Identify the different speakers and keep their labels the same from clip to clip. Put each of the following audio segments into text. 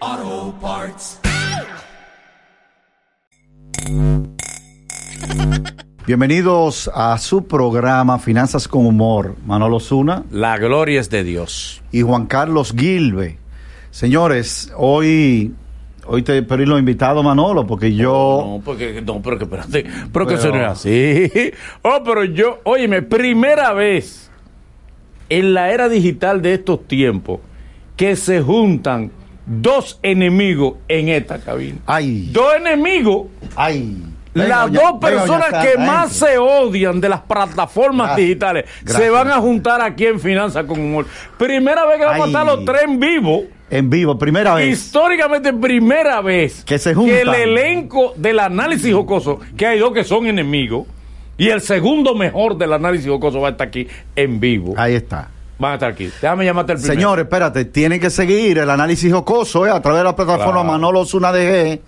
Speaker 1: Auto parts.
Speaker 2: Bienvenidos a su programa Finanzas con Humor, Manolo Zuna
Speaker 3: La gloria es de Dios.
Speaker 2: y Juan Carlos Gilbe. Señores, hoy, hoy te pedí los invitados, Manolo, porque yo...
Speaker 3: No, porque, no, pero que espérate, pero que eso no es así. Oh, pero yo, óyeme, primera vez en la era digital de estos tiempos que se juntan dos enemigos en esta cabina.
Speaker 2: Ay.
Speaker 3: Dos enemigos,
Speaker 2: Ay, venga,
Speaker 3: las dos
Speaker 2: doña- venga, doña
Speaker 3: personas
Speaker 2: Sandra,
Speaker 3: que más
Speaker 2: entre.
Speaker 3: se odian de las plataformas
Speaker 2: Gracias.
Speaker 3: digitales se
Speaker 2: Gracias,
Speaker 3: van a
Speaker 2: gracias.
Speaker 3: juntar aquí en Finanzas con Humor. Primera vez que vamos a estar
Speaker 2: Ay.
Speaker 3: los tres en vivo.
Speaker 2: En vivo, primera vez.
Speaker 3: históricamente primera vez
Speaker 2: Que se juntan.
Speaker 3: que el elenco del análisis jocoso, que hay dos que son enemigos, y el segundo mejor del análisis jocoso va a estar aquí en vivo.
Speaker 2: Ahí está.
Speaker 3: Van a estar aquí. Déjame llamarte el primero.
Speaker 2: Señores, espérate, tienen que seguir el análisis jocoso eh, a través de la plataforma
Speaker 3: Claro.
Speaker 2: Manolo Zuna DG.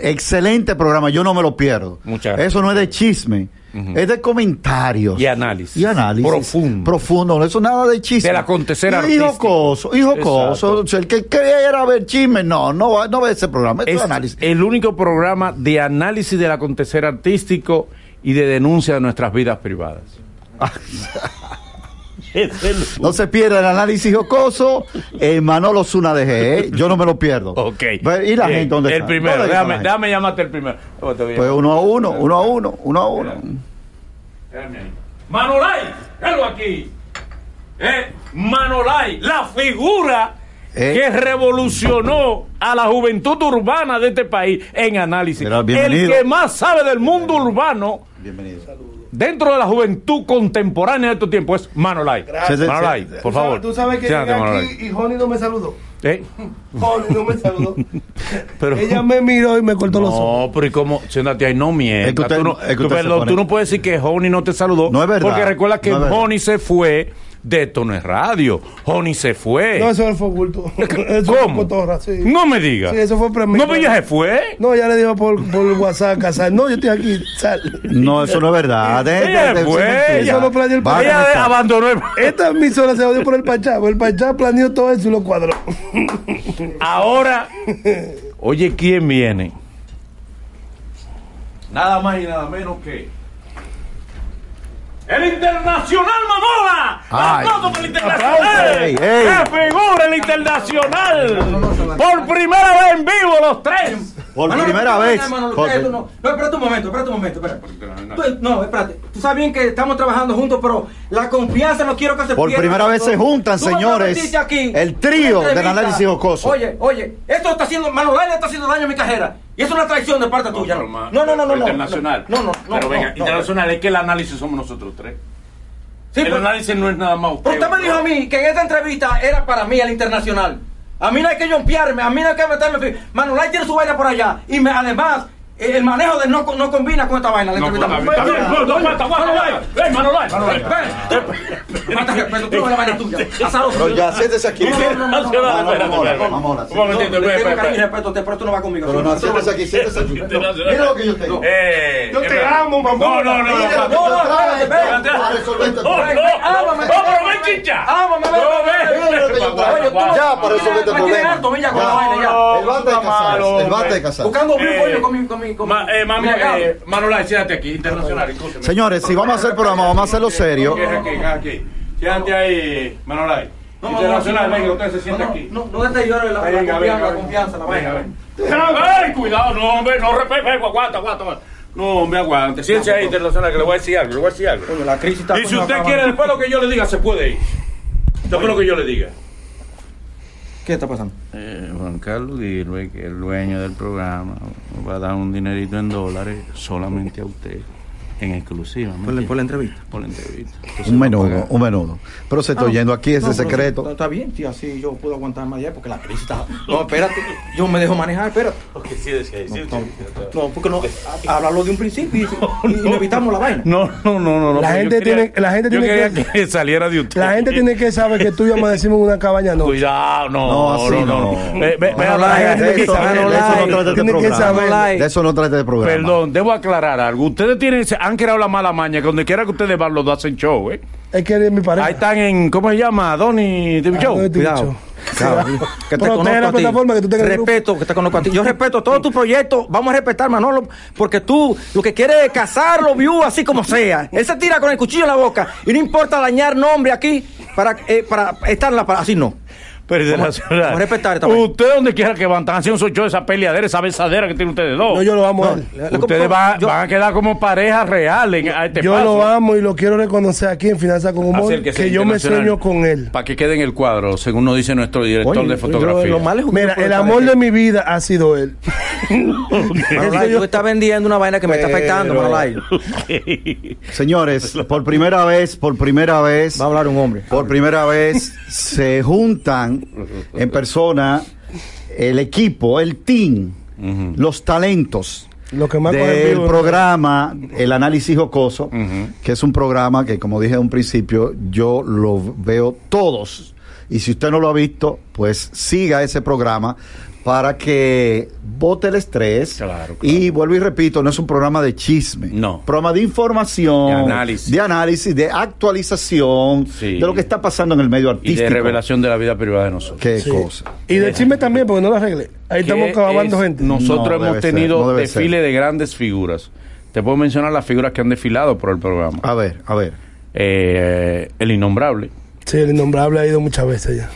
Speaker 2: Excelente programa, yo no me lo pierdo.
Speaker 3: Muchas gracias.
Speaker 2: Eso no es de chisme, es de comentarios.
Speaker 3: Y análisis.
Speaker 2: Y análisis.
Speaker 3: Profundo.
Speaker 2: Profundo, no eso nada de chisme.
Speaker 3: Del acontecer
Speaker 2: Y
Speaker 3: artístico.
Speaker 2: jocoso, y jocoso.
Speaker 3: Exacto.
Speaker 2: O sea, El que quiera ver chisme, no, no, va- no ve ese programa, es,
Speaker 3: es
Speaker 2: análisis.
Speaker 3: el único programa de análisis del acontecer artístico y de denuncia de nuestras vidas privadas. Es el-
Speaker 2: No se pierda el análisis jocoso en Manolo Zuna DG, eh. yo no me lo pierdo.
Speaker 3: Ok.
Speaker 2: Ve- ¿Y la
Speaker 3: Bien.
Speaker 2: gente dónde
Speaker 3: El
Speaker 2: está?
Speaker 3: primero.
Speaker 2: ¿Dónde está la
Speaker 3: Déjame,
Speaker 2: gente?
Speaker 3: déjame llamarte el primero. Oh, te voy a
Speaker 2: Pues uno a uno, uno a uno, uno a uno.
Speaker 3: Espérame ahí. Manolay, véalo aquí. Eh, Manolay, la figura
Speaker 2: Eh.
Speaker 3: que revolucionó a la juventud urbana de este país en análisis.
Speaker 2: Mira,
Speaker 3: El
Speaker 2: bienvenido.
Speaker 3: que más sabe del mundo urbano
Speaker 2: Bienvenido.
Speaker 3: dentro de la juventud contemporánea de estos tiempos es Manolay.
Speaker 2: Se- se-
Speaker 3: Manolay,
Speaker 2: se-
Speaker 3: por favor.
Speaker 4: Tú sabes que
Speaker 3: Siéntate,
Speaker 4: llegué
Speaker 3: Manolay.
Speaker 4: aquí y Honey no me saludó.
Speaker 3: Eh,
Speaker 4: Honey no me saludó.
Speaker 3: pero-
Speaker 4: Ella me miró y me cortó los ojos.
Speaker 3: No, pero ¿y cómo? Siéntate ahí, no mientas.
Speaker 2: Es que usted-
Speaker 3: tú, no,
Speaker 2: es que
Speaker 3: tú,
Speaker 2: usted se
Speaker 3: perdón,
Speaker 2: pone-
Speaker 3: tú no puedes decir que Honey no te saludó.
Speaker 2: No es verdad.
Speaker 3: Porque recuerda que
Speaker 2: No es verdad.
Speaker 3: Honey se fue de Esto no es radio. Honey se fue.
Speaker 4: No, eso fue bulto. Eso fue
Speaker 3: eh. ¿Cómo?
Speaker 4: cotorra, sí.
Speaker 3: No me digas.
Speaker 4: Sí, eso fue premio.
Speaker 3: No, pero ella se fue.
Speaker 4: No, ya le dijo por, por WhatsApp, Casal. No, yo estoy aquí, sal.
Speaker 2: No, eso no es verdad. De- de-
Speaker 3: Ella
Speaker 2: de-
Speaker 3: es buena.
Speaker 2: mentira.
Speaker 4: Ella no planeó el-
Speaker 2: Va a
Speaker 3: ella
Speaker 2: comenzar.
Speaker 3: abandonó el...
Speaker 4: Esta emisora se odió por el Pachá. El Pachá planeó todo eso y lo cuadró.
Speaker 3: Ahora, oye, ¿quién viene? Nada más y nada menos que... ¡El Internacional Mamola!
Speaker 2: Ay.
Speaker 3: ¡Aplauso para el Internacional!
Speaker 2: Aplauso. Ey, ey.
Speaker 3: ¡Qué figura el Internacional! Por primera vez en vivo los tres.
Speaker 2: Por
Speaker 5: Manolo,
Speaker 2: primera
Speaker 5: espérate,
Speaker 2: vez.
Speaker 5: Manolo,
Speaker 2: Jorge.
Speaker 5: espérate, no, no, espérate un momento, espérate un momento, espérate. Tú- no, espérate. Tú sabes bien que estamos trabajando juntos, pero la confianza no quiero que se
Speaker 2: Por
Speaker 5: pierda.
Speaker 2: primera vez se juntan,
Speaker 5: Tú me
Speaker 2: señores,
Speaker 5: prometiste aquí
Speaker 2: el trío
Speaker 5: una
Speaker 2: del
Speaker 5: entrevista.
Speaker 2: análisis jocoso.
Speaker 5: Oye, oye, esto está haciendo, Manolo Aire está haciendo daño a mi carrera. Y es una traición de parte tuya.
Speaker 3: pero ma-
Speaker 5: No, no, no, no. no, no.
Speaker 3: internacional.
Speaker 5: No, no, no.
Speaker 3: Pero
Speaker 5: no,
Speaker 3: venga,
Speaker 5: no.
Speaker 3: internacional es que el análisis somos nosotros tres.
Speaker 5: Sí,
Speaker 3: el
Speaker 5: pero-
Speaker 3: análisis no es nada más usted.
Speaker 5: pero usted me dijo a mí que en esta entrevista era para mí el internacional. A mí no hay que jompearme, a mí no hay que meterme. Manolay tiene su vaina por allá. Y me- además, eh, el manejo de no, co- no combina con esta vaina. La entrevista.
Speaker 3: pues, Está bien, no, no, aguanta, aguanta, aguanta. Ven, Manolay.
Speaker 5: Ven, Falta de respeto, tú no ves la vaina tuya. Azaroso.
Speaker 2: Pero ya, siéntese aquí.
Speaker 5: No, no, no, no, no,
Speaker 3: Espérate,
Speaker 5: no, no, no,
Speaker 3: espérate,
Speaker 5: no,
Speaker 2: Mamola,
Speaker 3: espérate.
Speaker 2: Mamola, sí.
Speaker 3: Un momentito,
Speaker 5: no,
Speaker 3: espera,
Speaker 5: le tengo
Speaker 3: espera,
Speaker 5: cariño y
Speaker 3: espera.
Speaker 5: respeto a usted, pero tú no vas conmigo.
Speaker 2: Pero no, siéntese aquí, siéntese aquí. Mira lo que yo tengo.
Speaker 3: Eh,
Speaker 4: Yo te
Speaker 3: espera.
Speaker 4: amo, mamá.
Speaker 3: No, no, no, no, no.
Speaker 5: Mira, no, no, espérate,
Speaker 2: Para
Speaker 5: espérate.
Speaker 2: resolver este
Speaker 3: No,
Speaker 2: problema.
Speaker 3: no.
Speaker 5: Ámame,
Speaker 3: No, pero ven,
Speaker 5: ven,
Speaker 3: chicha.
Speaker 5: ámame, ven,
Speaker 3: No,
Speaker 5: ven,
Speaker 2: Mira lo que yo
Speaker 3: Oye, tú
Speaker 2: traigo.
Speaker 3: no-
Speaker 2: Ya, para resolver este
Speaker 5: me tienes harto, mira, con la
Speaker 2: problema.
Speaker 5: vaina.
Speaker 2: Ya. El bate de Casares. El bate de Casares.
Speaker 5: Buscando un
Speaker 3: Eh,
Speaker 5: coño con mi. con mi- con
Speaker 3: Ma- eh, mami,
Speaker 5: mi agado.
Speaker 3: eh, Manolay, siéntate aquí, internacional, escúchame.
Speaker 2: Señores, si vamos a hacer programa, vamos a hacerlo serio.
Speaker 3: ¿Qué es aquí? ¿Qué es aquí? Quédate ahí, Manolay. Internacional, venga, usted se sienta
Speaker 5: no,
Speaker 3: aquí.
Speaker 5: No, no deteriore la, la
Speaker 3: Venga,
Speaker 5: confianza,
Speaker 3: venga,
Speaker 5: la confianza, la vaina.
Speaker 3: venga, venga. ¡Ay, cuidado! No, hombre, no, respeto, venga, aguanta, aguanta, aguanta. No, hombre, aguante. Siéntese ahí, internacional, que le voy a decir algo, le voy a decir algo.
Speaker 5: Coño, la crisis está
Speaker 3: Y si
Speaker 5: coño,
Speaker 3: usted
Speaker 5: acabando.
Speaker 3: quiere, después lo que yo le diga, se puede ir. Después lo que yo le diga.
Speaker 5: ¿Qué está pasando?
Speaker 6: Eh, Juan Carlos Gilbert, que es el dueño del programa, nos va a dar un dinerito en dólares solamente a usted.
Speaker 3: En exclusiva. ¿me
Speaker 5: Por la, por la
Speaker 3: entiendes?
Speaker 5: entrevista.
Speaker 3: Por la entrevista. Entonces,
Speaker 2: Un
Speaker 3: va a
Speaker 2: menudo,
Speaker 3: pagar.
Speaker 2: un menudo. Pero se está oyendo aquí ese
Speaker 5: No, pero Está,
Speaker 2: secreto.
Speaker 5: está bien, sí, así yo puedo aguantar más allá porque la crisis está. No, espérate, yo me dejo manejar, espérate.
Speaker 3: Porque sí decía, sí,
Speaker 5: No,
Speaker 3: sí, sí.
Speaker 5: no, porque no, ha- hablarlo de un principio y, y- y no evitamos la vaina.
Speaker 7: No, no, no, no. no,
Speaker 4: La
Speaker 7: pero
Speaker 4: gente
Speaker 7: yo quería-
Speaker 4: tiene- la gente
Speaker 7: yo
Speaker 4: tiene
Speaker 7: quería que... saliera de usted.
Speaker 4: La
Speaker 3: Eh.
Speaker 4: gente tiene que saber que tú y yo amanecimos en una cabaña no.
Speaker 7: Cuidado,
Speaker 2: No,
Speaker 7: no, no,
Speaker 2: así
Speaker 7: no.
Speaker 2: no.
Speaker 7: Ve- ve- ve a
Speaker 2: No,
Speaker 7: la
Speaker 2: like,
Speaker 7: gente
Speaker 2: de
Speaker 7: que
Speaker 2: eso,
Speaker 7: sabe-
Speaker 2: no,
Speaker 7: de eso no
Speaker 2: like.
Speaker 7: trata este
Speaker 4: Tiene que
Speaker 7: programa.
Speaker 4: saber.
Speaker 2: De eso no trata de programa.
Speaker 7: Perdón, debo aclarar algo. Ustedes tienen, se han creado la mala maña que donde quiera que ustedes van, los dos hacen show, ¿eh?
Speaker 4: Es que eres mi pareja.
Speaker 7: Ahí están en, ¿cómo se llama? Donny TV Show.
Speaker 4: Donny TV
Speaker 5: Cuidado.
Speaker 4: Show.
Speaker 5: Cuidado. Que te
Speaker 4: Pero
Speaker 5: conozco
Speaker 4: ten la
Speaker 5: a ti.
Speaker 4: plataforma que tú tengas el grupo.
Speaker 5: Respeto, que te conozco a ti. Yo respeto todo tu proyecto. Vamos a respetar, Manolo, porque tú lo que quieres es casarlo, view, así como sea. Él se tira con el cuchillo en la boca y no importa dañar nombre aquí para, eh, para estar en la pa- Así no.
Speaker 7: Pero de
Speaker 5: Vamos-
Speaker 7: nacional.
Speaker 5: vamos a respetar esta vaina.
Speaker 7: Usted donde quiera que van, están haciendo su show esa peleadera, esa besadera que tienen ustedes dos.
Speaker 4: No, yo lo amo a
Speaker 5: No,
Speaker 4: él.
Speaker 5: le- le-
Speaker 7: ustedes van,
Speaker 5: yo-
Speaker 7: van a quedar como pareja real en, a este
Speaker 4: Yo
Speaker 7: paso.
Speaker 4: lo amo y lo quiero reconocer aquí en Finanza con Humor, que,
Speaker 3: Acérquese,
Speaker 4: yo me
Speaker 3: internacional.
Speaker 4: sueño con él.
Speaker 3: Para que quede en el cuadro, según nos dice nuestro director
Speaker 5: Coño,
Speaker 3: de
Speaker 5: yo-
Speaker 3: fotografía.
Speaker 5: Lo malo es que
Speaker 4: Mira,
Speaker 5: usted puede
Speaker 4: el
Speaker 5: estar
Speaker 4: amor
Speaker 5: aquí.
Speaker 4: de mi vida ha sido él.
Speaker 5: Manolay, tú estás vendiendo una vaina que me está afectando,
Speaker 2: Pero-
Speaker 5: Manolay.
Speaker 2: Señores, por primera vez, por primera vez,
Speaker 5: Va a hablar un hombre.
Speaker 2: por primera vez se juntan en persona el equipo, el team, los talentos.
Speaker 4: Lo que más coge en
Speaker 2: del
Speaker 4: vivo.
Speaker 2: programa El Análisis Jocoso, que es un programa que, como dije en un principio, yo lo veo todos. Y si usted no lo ha visto, pues siga ese programa para que bote el estrés.
Speaker 3: Claro, claro.
Speaker 2: Y vuelvo y repito, no es un programa de chisme.
Speaker 3: No.
Speaker 2: Programa de información.
Speaker 3: De análisis.
Speaker 2: De análisis, de actualización,
Speaker 3: Sí.
Speaker 2: de lo que está pasando en el medio
Speaker 3: y
Speaker 2: artístico.
Speaker 3: de revelación de la vida privada de nosotros.
Speaker 2: Qué
Speaker 4: Sí.
Speaker 2: cosa.
Speaker 4: Y de chisme también, porque no lo arreglé. Ahí estamos
Speaker 3: que
Speaker 4: acabando
Speaker 3: es-
Speaker 4: gente.
Speaker 2: No,
Speaker 3: Nosotros
Speaker 2: debe
Speaker 3: hemos
Speaker 2: ser,
Speaker 3: tenido
Speaker 2: no debe
Speaker 3: desfile
Speaker 2: ser.
Speaker 3: de grandes figuras. Te puedo mencionar las figuras que han desfilado por el programa.
Speaker 2: A ver, a ver.
Speaker 3: Eh, el innombrable.
Speaker 4: Sí, el innombrable ha ido muchas veces ya.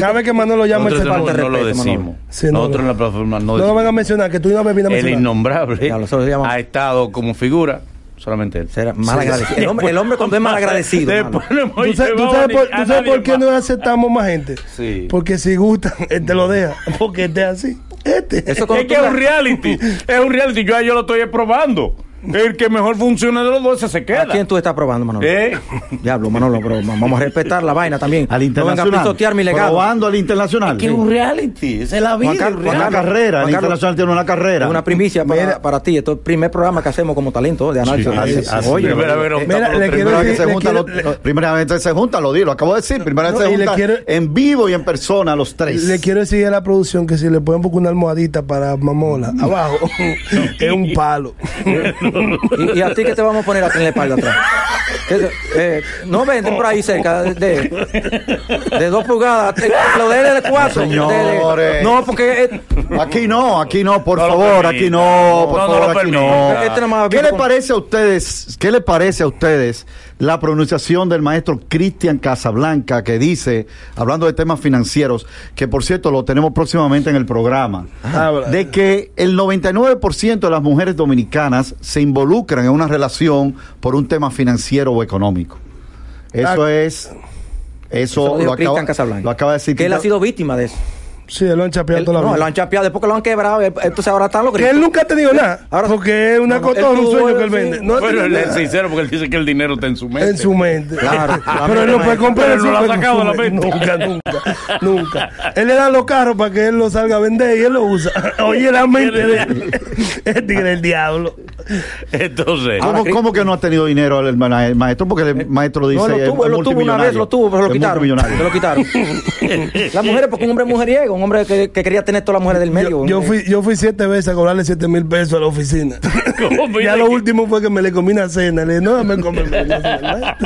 Speaker 4: Cada vez que Manolo llama, él se
Speaker 3: Nosotros no,
Speaker 4: falta
Speaker 3: no
Speaker 4: el
Speaker 3: lo
Speaker 4: respeto, Manolo.
Speaker 3: decimos.
Speaker 4: Sí, no,
Speaker 3: Nosotros
Speaker 4: no.
Speaker 3: en la plataforma no
Speaker 4: No lo
Speaker 3: decimos.
Speaker 4: van a mencionar, que tú no me vienes a
Speaker 3: el
Speaker 4: mencionar.
Speaker 3: innombrable
Speaker 5: Ya, nosotros lo llamamos.
Speaker 3: ha estado como figura solamente él.
Speaker 5: Será mal agradecido. El hombre, el hombre cuando es mal agradecido.
Speaker 2: Eh,
Speaker 3: Después
Speaker 2: pues,
Speaker 3: no hemos
Speaker 4: ¿Tú sabes, tú
Speaker 3: llevado
Speaker 4: sabes
Speaker 3: ni-
Speaker 4: por,
Speaker 3: a
Speaker 4: tú sabes
Speaker 3: nadie
Speaker 4: por qué
Speaker 3: más.
Speaker 4: no aceptamos más gente?
Speaker 3: Sí.
Speaker 4: Porque si gustan, él te lo deja. Porque este es así. Este.
Speaker 5: Eso
Speaker 7: Es que es un reality. es un reality. Yo, yo lo estoy probando. El que mejor funciona de los dos ese se queda.
Speaker 5: ¿A quién tú estás probando, Manolo?
Speaker 7: ¿Eh?
Speaker 5: Diablo, Manolo, pero vamos a respetar la vaina también.
Speaker 2: Al
Speaker 5: No venga a
Speaker 2: internacional.
Speaker 5: pisotear mi legado.
Speaker 2: Probando al internacional.
Speaker 3: Que es un reality. Esa es la vida.
Speaker 5: Juan Carlos,
Speaker 3: el
Speaker 5: Juan
Speaker 2: una
Speaker 3: reality.
Speaker 5: Carlos,
Speaker 2: carrera,
Speaker 5: Juan
Speaker 2: el
Speaker 5: Carlos,
Speaker 2: internacional tiene una carrera.
Speaker 5: Es una primicia para, para ti. Esto es el primer programa que hacemos como talento de análisis.
Speaker 2: Sí,
Speaker 5: Así-
Speaker 2: así- así.
Speaker 5: Oye,
Speaker 3: Primera
Speaker 5: eh,
Speaker 3: vez nos
Speaker 5: eh,
Speaker 4: Mira,
Speaker 3: estamos
Speaker 4: le
Speaker 3: los
Speaker 4: quiero
Speaker 2: Primera
Speaker 4: decir-
Speaker 2: vez que se
Speaker 4: le
Speaker 2: juntan,
Speaker 4: quiero-
Speaker 2: los- los- primera vez que se juntan, lo digo, acabo de decir, primera vez
Speaker 4: No,
Speaker 2: se
Speaker 4: y le
Speaker 2: juntan
Speaker 4: quiero-
Speaker 2: en vivo y en persona los tres.
Speaker 4: Le quiero decir a la producción que si le pueden buscar una almohadita para mamola abajo, es un palo.
Speaker 5: ¿Y, y a ti qué te vamos a poner aquí en la espalda atrás? ¿Qué- eh, no venden por ahí cerca de, de, de dos pulgadas. Te- Lo de de cuatro. de- de-
Speaker 2: Señores.
Speaker 5: no, porque eh,
Speaker 2: Aquí no, aquí no, por
Speaker 7: No lo
Speaker 2: favor,
Speaker 7: permita.
Speaker 2: aquí no, por
Speaker 7: No, no
Speaker 2: favor,
Speaker 7: lo
Speaker 2: aquí
Speaker 7: permita.
Speaker 5: este
Speaker 2: no.
Speaker 5: nada más
Speaker 2: ¿Qué
Speaker 5: vino
Speaker 2: le
Speaker 5: con-
Speaker 2: parece a ustedes, qué le parece a ustedes la pronunciación del maestro Cristian Casablanca que dice, hablando de temas financieros, que por cierto lo tenemos próximamente en el programa,
Speaker 5: Ah,
Speaker 2: de que el 99% de las mujeres dominicanas se involucran en una relación por un tema financiero o económico? Eso
Speaker 4: Ah.
Speaker 2: es...
Speaker 5: Eso
Speaker 2: Eso
Speaker 5: lo
Speaker 2: lo
Speaker 5: dijo
Speaker 2: acaba,
Speaker 5: Cristian Casablanca.
Speaker 2: lo acaba de decir.
Speaker 5: Que él ha
Speaker 2: Cristian-
Speaker 5: sido víctima de eso.
Speaker 4: Sí, lo han chapeado
Speaker 5: Él-
Speaker 4: toda la
Speaker 5: no, lo
Speaker 4: vida.
Speaker 5: han chapeado después que lo han quebrado. eh, Entonces ahora están los
Speaker 4: Que
Speaker 5: gritos.
Speaker 4: él nunca ha tenido nada.
Speaker 5: Ahora-
Speaker 4: porque es una
Speaker 5: No, no, él
Speaker 4: cotorra, un
Speaker 5: tuvo-
Speaker 4: sueño que él
Speaker 5: sí.
Speaker 4: vende. No ha
Speaker 7: Bueno,
Speaker 4: tenido
Speaker 7: él es
Speaker 4: nada
Speaker 7: sincero porque él dice que el dinero está en su mente.
Speaker 4: En su mente.
Speaker 5: Claro, claro.
Speaker 4: Pero él no puede comprar
Speaker 7: Pero no lo ha
Speaker 4: eso con
Speaker 7: sacado
Speaker 4: su
Speaker 7: de la
Speaker 4: mente.
Speaker 7: mente.
Speaker 4: Nunca, nunca, nunca. Él le da los carros para que él los salga a vender y él los usa. Oye, la mente de el tigre el diablo.
Speaker 7: Entonces,
Speaker 4: Ah,
Speaker 2: ¿Cómo,
Speaker 5: Ahora, Eh,
Speaker 2: ¿Cómo que no ha tenido dinero el, ma- el maestro? Porque el maestro dice
Speaker 5: No, lo
Speaker 2: es
Speaker 5: tuvo, lo tuvo una
Speaker 2: multimillonario.
Speaker 5: vez, lo tuvo, pero lo
Speaker 2: Es
Speaker 5: quitaron.
Speaker 2: multimillonario.
Speaker 5: Se lo quitaron. las mujeres, porque un hombre mujeriego, un hombre que, que quería tener todas las mujeres del medio.
Speaker 4: Yo, yo fui, yo fui siete veces a cobrarle siete mil pesos a la oficina.
Speaker 7: ¿Cómo?
Speaker 4: ya
Speaker 7: Mira
Speaker 4: lo
Speaker 7: que-
Speaker 4: último fue que me le comí una cena. Le dije, no, me comí una cena.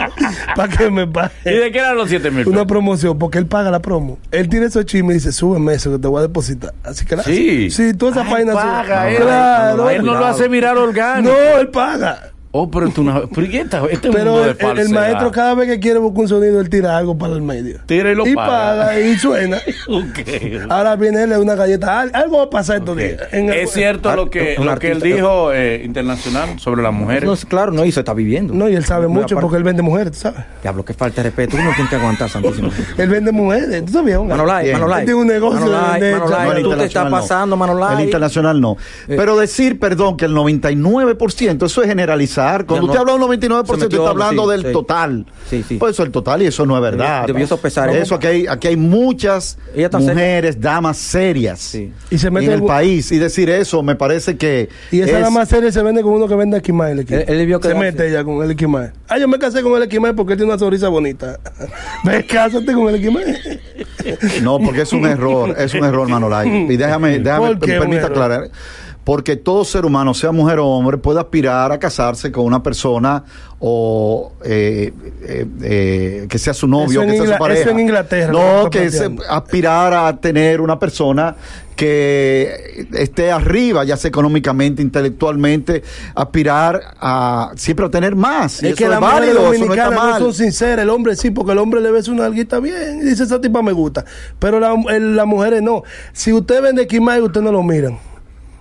Speaker 4: Para que me
Speaker 7: ¿y
Speaker 4: pague.
Speaker 7: de qué eran los 7 mil
Speaker 4: Una
Speaker 7: pesos?
Speaker 4: promoción, porque él paga la promo. Él tiene esos chismes y dice, súbeme eso que te voy a depositar. Así que la-
Speaker 7: Sí.
Speaker 4: Sí, toda esa página
Speaker 7: paga,
Speaker 4: sube.
Speaker 7: él.
Speaker 4: Claro.
Speaker 7: él no lo hace virar orgánico.
Speaker 4: No, él paga.
Speaker 7: Oh, pero tú no. Pero ¿qué esta- este mundo
Speaker 4: Pero
Speaker 7: de
Speaker 4: el, el- el
Speaker 7: falsedad.
Speaker 4: maestro cada vez que quiere buscar un sonido, él tira algo para el medio.
Speaker 7: Tira y lo paga.
Speaker 4: y suena.
Speaker 7: Ok.
Speaker 4: Ahora viene él de una galleta. Al- Algo va a pasar estos días. En Ah, el-
Speaker 7: Es cierto lo que,
Speaker 5: un
Speaker 7: lo que él
Speaker 5: artista.
Speaker 7: dijo eh, internacional sobre las mujeres.
Speaker 5: No, claro, no, y se está viviendo.
Speaker 4: No, y él sabe mucho
Speaker 5: aparte-
Speaker 4: porque él vende mujeres, ¿tú sabes?
Speaker 5: Diablo, que falta de respeto. Uno tiene que aguantar, santísimo.
Speaker 4: Él vende mujeres, ¿tú sabías? hombre?
Speaker 5: Manolay,
Speaker 2: Bien.
Speaker 5: Manolay.
Speaker 4: Él tiene un negocio
Speaker 5: Manolay,
Speaker 4: de- de-
Speaker 5: Manolay,
Speaker 2: No, el
Speaker 5: tú te
Speaker 2: internacional
Speaker 5: estás
Speaker 2: no.
Speaker 5: pasando, Manolay. Eh.
Speaker 2: El internacional no. Pero decir, perdón, que el 99%, eso es pasar. Cuando
Speaker 5: Mi
Speaker 2: usted habla
Speaker 5: amor,
Speaker 2: de un 99%,
Speaker 5: se metió,
Speaker 2: está hablando
Speaker 5: sí,
Speaker 2: del
Speaker 5: sí.
Speaker 2: total.
Speaker 5: Sí, sí.
Speaker 2: Pues eso es el total y eso no es verdad.
Speaker 5: Debió sopesar.
Speaker 2: Eso aquí hay, aquí hay muchas
Speaker 5: Ella está seria.
Speaker 2: mujeres, damas serias
Speaker 5: Sí.
Speaker 4: Y se mete
Speaker 2: en el
Speaker 4: en-
Speaker 2: país. Y decir eso me parece que
Speaker 4: Y esa
Speaker 2: es-
Speaker 4: dama seria se vende con uno que vende esquimal. El equimal.
Speaker 5: Él- él debió
Speaker 4: se
Speaker 5: quedarse.
Speaker 4: mete ella con el esquimal. Ah, yo me casé con el esquimal porque él tiene una sonrisa bonita. Ves, cásate con el esquimal.
Speaker 2: No, porque es un error, es un error, Manolay. Y déjame, déjame,
Speaker 4: ¿Por qué
Speaker 2: me
Speaker 4: un
Speaker 2: permita
Speaker 4: error?
Speaker 2: aclarar. Porque todo ser humano, sea mujer o hombre, puede aspirar a casarse con una persona o eh, eh, eh, que sea su novio,
Speaker 4: Eso en
Speaker 2: que sea su
Speaker 4: Ingla-
Speaker 2: pareja.
Speaker 4: eso en Inglaterra, lo que
Speaker 2: No,
Speaker 4: está
Speaker 2: que se,
Speaker 4: planteando.
Speaker 2: aspirar a tener una persona que esté arriba, ya sea económicamente, intelectualmente, aspirar a siempre a tener más. Y
Speaker 4: es
Speaker 2: eso
Speaker 4: que la mujer
Speaker 2: válido, eso no está
Speaker 4: dominicana no,
Speaker 2: mal.
Speaker 4: son sinceras, el hombre sí, porque el hombre le ves una alguita bien y dice esa tipa me gusta. Pero la- el- las mujeres no. Si usted vende esquimal, usted no lo miran.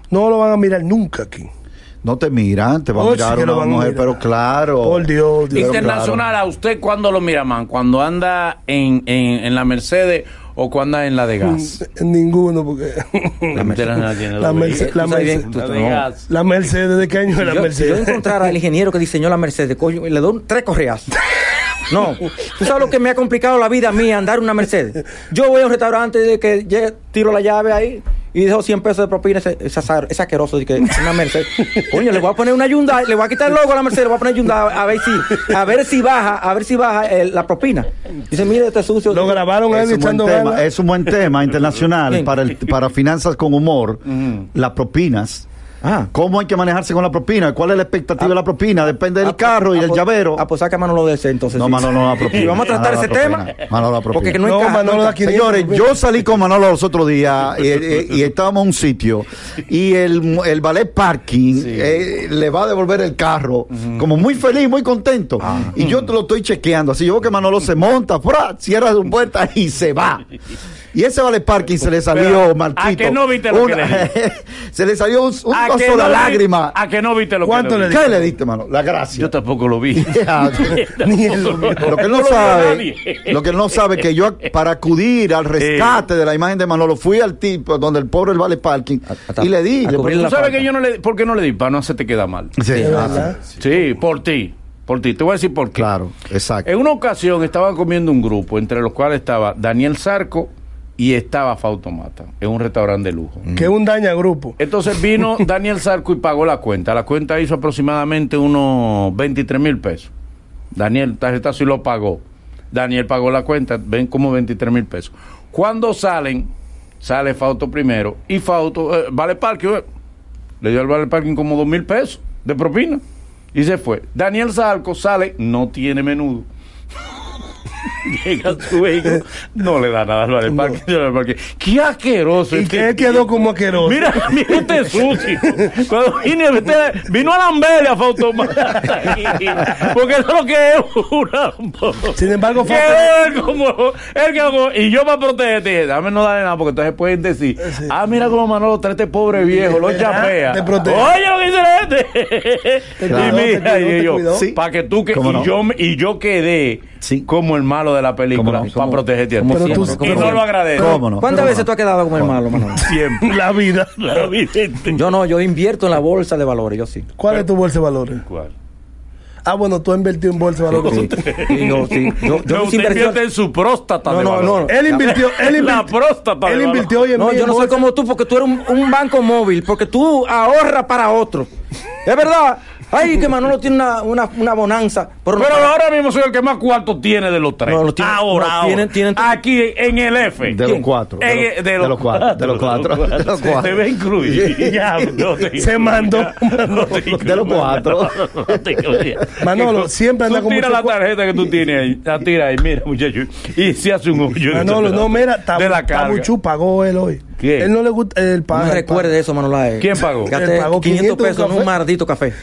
Speaker 4: No lo van a mirar nunca aquí.
Speaker 2: No te miran, te va
Speaker 4: Oh,
Speaker 2: a
Speaker 4: sí
Speaker 2: mirar
Speaker 4: que lo
Speaker 2: una
Speaker 4: van a
Speaker 2: mujer,
Speaker 4: mirar.
Speaker 2: pero claro.
Speaker 4: Por Dios, Dios.
Speaker 2: Pero
Speaker 3: Internacional,
Speaker 2: claro.
Speaker 3: ¿a usted cuándo lo mira, man? ¿Cuando anda en, en, en la Mercedes o cuando anda en la de gas?
Speaker 4: Ninguno, porque.
Speaker 3: La Mercedes tiene
Speaker 4: Mm, la
Speaker 3: la de-
Speaker 4: Mercedes. La,
Speaker 5: Tú sabes
Speaker 4: Merce-
Speaker 5: bien,
Speaker 3: la de gas.
Speaker 4: la Mercedes, ¿de qué año es la
Speaker 5: yo, si yo
Speaker 4: Mercedes?
Speaker 5: encontrara al ingeniero que diseñó la Mercedes, coño, le doy un- tres correas. No, tú sabes lo que me ha complicado la vida a mí andar una Mercedes. Yo voy a un restaurante de que lle- tiro la llave ahí y dejo 100 pesos de propina. Ese, ese azar- ese asqueroso de que una Mercedes. Coño, le voy a poner una Hyundai, le voy a quitar el logo a la Mercedes, le voy a poner Hyundai a ver si, a ver si baja, a ver si baja eh, la propina. Dice, mire, este sucio.
Speaker 4: Lo grabaron a
Speaker 2: Es
Speaker 4: él
Speaker 2: un, buen
Speaker 4: echando
Speaker 2: tema,
Speaker 4: ganas.
Speaker 2: es un buen tema internacional
Speaker 5: Bien.
Speaker 2: para, el- para finanzas con humor, las propinas.
Speaker 5: Ah.
Speaker 2: ¿Cómo hay que manejarse con la propina? ¿Cuál es la expectativa de la propina? Depende del
Speaker 5: Ah,
Speaker 2: carro y
Speaker 5: ah,
Speaker 2: del
Speaker 5: pues-
Speaker 2: llavero.
Speaker 5: Ah, pues saca mano lo de ese entonces.
Speaker 2: No,
Speaker 5: sí.
Speaker 2: Manolo, no la propina.
Speaker 5: Y vamos a tratar
Speaker 2: Manolo,
Speaker 5: ese
Speaker 2: la
Speaker 5: tema.
Speaker 2: propina. Manolo, la propina.
Speaker 5: Porque que no,
Speaker 4: No,
Speaker 5: encaja,
Speaker 4: Manolo,
Speaker 5: encaja.
Speaker 4: da 500
Speaker 2: Señores, yo salí con Manolo los otros días eh, eh, y, estábamos en un sitio y el, el ballet parking eh, le va a devolver el carro, como muy feliz, muy contento.
Speaker 3: Ah.
Speaker 2: Y yo te lo estoy chequeando, así yo veo que Manolo se monta, ¡fra! cierra su puerta y se va. Y ese ballet parking se le salió,
Speaker 3: Pero, ¿a
Speaker 2: Marquito.
Speaker 3: que no viste lo que
Speaker 2: una-
Speaker 3: le di?
Speaker 2: se le salió un, un
Speaker 3: ¿A
Speaker 2: una
Speaker 3: que
Speaker 2: sola
Speaker 3: no vi-
Speaker 2: lágrima.
Speaker 3: ¿A que no viste lo
Speaker 4: ¿Cuánto
Speaker 3: que
Speaker 4: le
Speaker 3: vi?
Speaker 2: ¿Qué le diste, Manolo? La gracia.
Speaker 3: Yo tampoco lo vi.
Speaker 2: Ya,
Speaker 4: Ni él lo vio.
Speaker 2: lo que él no
Speaker 3: No lo vio
Speaker 2: sabe,
Speaker 3: nadie.
Speaker 2: lo que él no sabe que yo para acudir al rescate de la imagen de Manolo fui al tipo donde el pobre el vale parking
Speaker 5: a-
Speaker 2: y le di,
Speaker 5: a
Speaker 2: le pregunté,
Speaker 5: cubrir
Speaker 3: ¿Tú
Speaker 5: la
Speaker 3: sabes
Speaker 5: falta.
Speaker 3: que yo no le... ¿Por qué no le di? Para no hacerte quedar mal.
Speaker 2: Sí, ah, sí,
Speaker 3: Sí, por ti. Por ti. Te voy a decir por qué.
Speaker 2: claro, exacto.
Speaker 5: Eh,
Speaker 3: En una ocasión estaban comiendo un grupo, entre los cuales estaba Daniel Sarco y estaba Fautomata, en un restaurante de lujo.
Speaker 4: Que es un daña grupo.
Speaker 3: Entonces vino Daniel Sarco y pagó la cuenta. La cuenta hizo aproximadamente unos 23 mil pesos. Daniel, tarjetazo y lo pagó. Daniel pagó la cuenta, ven como 23 mil pesos. Cuando salen, sale Fauto primero y Fauto, eh, vale parking, eh, le dio al vale parking como 2 mil pesos de propina y se fue. Daniel Sarco sale, no tiene menudo. Llega a su vehículo, no le da nada al vale parking. al vale parking. Qué asqueroso.
Speaker 4: Y
Speaker 3: este
Speaker 4: que él quedó como asqueroso.
Speaker 3: Mira, mira este sucio. Cuando vine, este- vino a Lambelia Fautomata. Porque eso es lo que es una
Speaker 4: Sin embargo, fue-
Speaker 3: Quedó él como, él como, y yo para protegerte, dije, dame no darle nada, porque entonces pueden decir, ah, mira cómo Manolo trae este pobre viejo, lo chapea.
Speaker 4: Te protege.
Speaker 3: Oye, lo que dice este.
Speaker 4: cuidó,
Speaker 3: y mira,
Speaker 4: te cuidó,
Speaker 3: y
Speaker 4: te
Speaker 3: yo,
Speaker 4: cuidó.
Speaker 2: Sí.
Speaker 3: para que tú, que,
Speaker 2: ¿Cómo
Speaker 3: y,
Speaker 2: no?
Speaker 3: yo, me- y yo quedé
Speaker 2: Sí.
Speaker 3: como el malo de la película,
Speaker 2: ¿Cómo no?
Speaker 3: para
Speaker 2: ¿Cómo?
Speaker 3: protegerte a ti.
Speaker 4: Pero tú-
Speaker 3: y
Speaker 4: pero-
Speaker 3: no lo agradezco.
Speaker 2: ¿Cómo no?
Speaker 5: ¿Cuántas
Speaker 2: Pero
Speaker 5: veces
Speaker 2: no.
Speaker 5: tú has quedado como el malo, Manolo?
Speaker 3: Siempre.
Speaker 4: la vida.
Speaker 3: La vida entera.
Speaker 5: Yo no, yo invierto en la bolsa de valores, yo sí.
Speaker 4: ¿Cuál es tu bolsa de valores?
Speaker 3: ¿Cuál?
Speaker 4: Ah, bueno, tú has invertido en bolsa de valores.
Speaker 5: Sí, sí, yo, sí.
Speaker 3: No, usted
Speaker 5: Yo, yo mis
Speaker 3: invierte
Speaker 5: inversiones.
Speaker 3: en su próstata.
Speaker 5: No,
Speaker 3: de
Speaker 5: no,
Speaker 3: valor.
Speaker 5: no.
Speaker 4: Él invirtió, él invirtió.
Speaker 3: La próstata de
Speaker 4: Él
Speaker 3: valor.
Speaker 4: invirtió hoy en
Speaker 5: No,
Speaker 4: mí
Speaker 5: yo
Speaker 4: en
Speaker 5: no soy
Speaker 4: bolsa.
Speaker 5: como tú porque tú eres un, un banco móvil, porque tú ahorras para otro. Es verdad. Ay, que Manolo tiene una, una, una bonanza. Pero, no-
Speaker 3: Pero ahora mismo soy el que más cuarto tiene de los tres.
Speaker 5: No, lo tiene-
Speaker 3: ahora,
Speaker 5: no,
Speaker 3: ahora.
Speaker 5: tienen- tienen-
Speaker 3: Aquí en el F.
Speaker 2: De los cuatro.
Speaker 3: En-
Speaker 2: De, los- de los cuatro. De los cuatro. De los
Speaker 3: Se
Speaker 2: cuatro.
Speaker 3: ve incluir. Ya, no te-
Speaker 4: Se mandó.
Speaker 3: no te
Speaker 2: De los cuatro.
Speaker 3: No, no te- oye,
Speaker 4: Manolo,
Speaker 3: que-
Speaker 4: siempre anda
Speaker 3: tú
Speaker 4: con
Speaker 3: tira
Speaker 4: mucho
Speaker 3: la
Speaker 4: cua-
Speaker 3: tarjeta que tú tienes ahí. La tira ahí, mira, muchacho. Y se hace un hoyo.
Speaker 4: Manolo, no, mira,
Speaker 3: De la
Speaker 4: Tabu,
Speaker 3: carga.
Speaker 4: Tabuchú pagó él hoy.
Speaker 3: ¿Quién?
Speaker 4: Él no le gusta el
Speaker 5: no
Speaker 4: pago.
Speaker 5: me recuerde eso, Manolo. eh.
Speaker 3: ¿Quién pagó?
Speaker 5: Gasté
Speaker 4: Él pagó
Speaker 5: 500,
Speaker 4: 500
Speaker 5: pesos en
Speaker 4: café.
Speaker 5: un maldito café.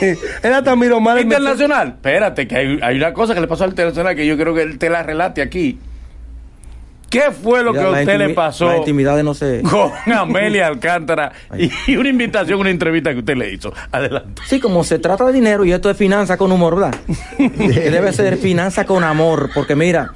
Speaker 4: Él hasta miró mal el
Speaker 3: Internacional. Espérate, que hay, hay una cosa que le pasó al internacional que yo creo que él te la relate aquí. ¿Qué fue lo
Speaker 5: Mira,
Speaker 3: que a
Speaker 5: la
Speaker 3: usted le
Speaker 5: intimi-
Speaker 3: pasó
Speaker 5: Las intimidades no se...
Speaker 3: con Amelia Alcántara y una invitación, una entrevista que usted le hizo? Adelante.
Speaker 5: Sí, como se trata de dinero y esto es finanza con humor, ¿verdad? Que debe ser finanza con amor, porque mira,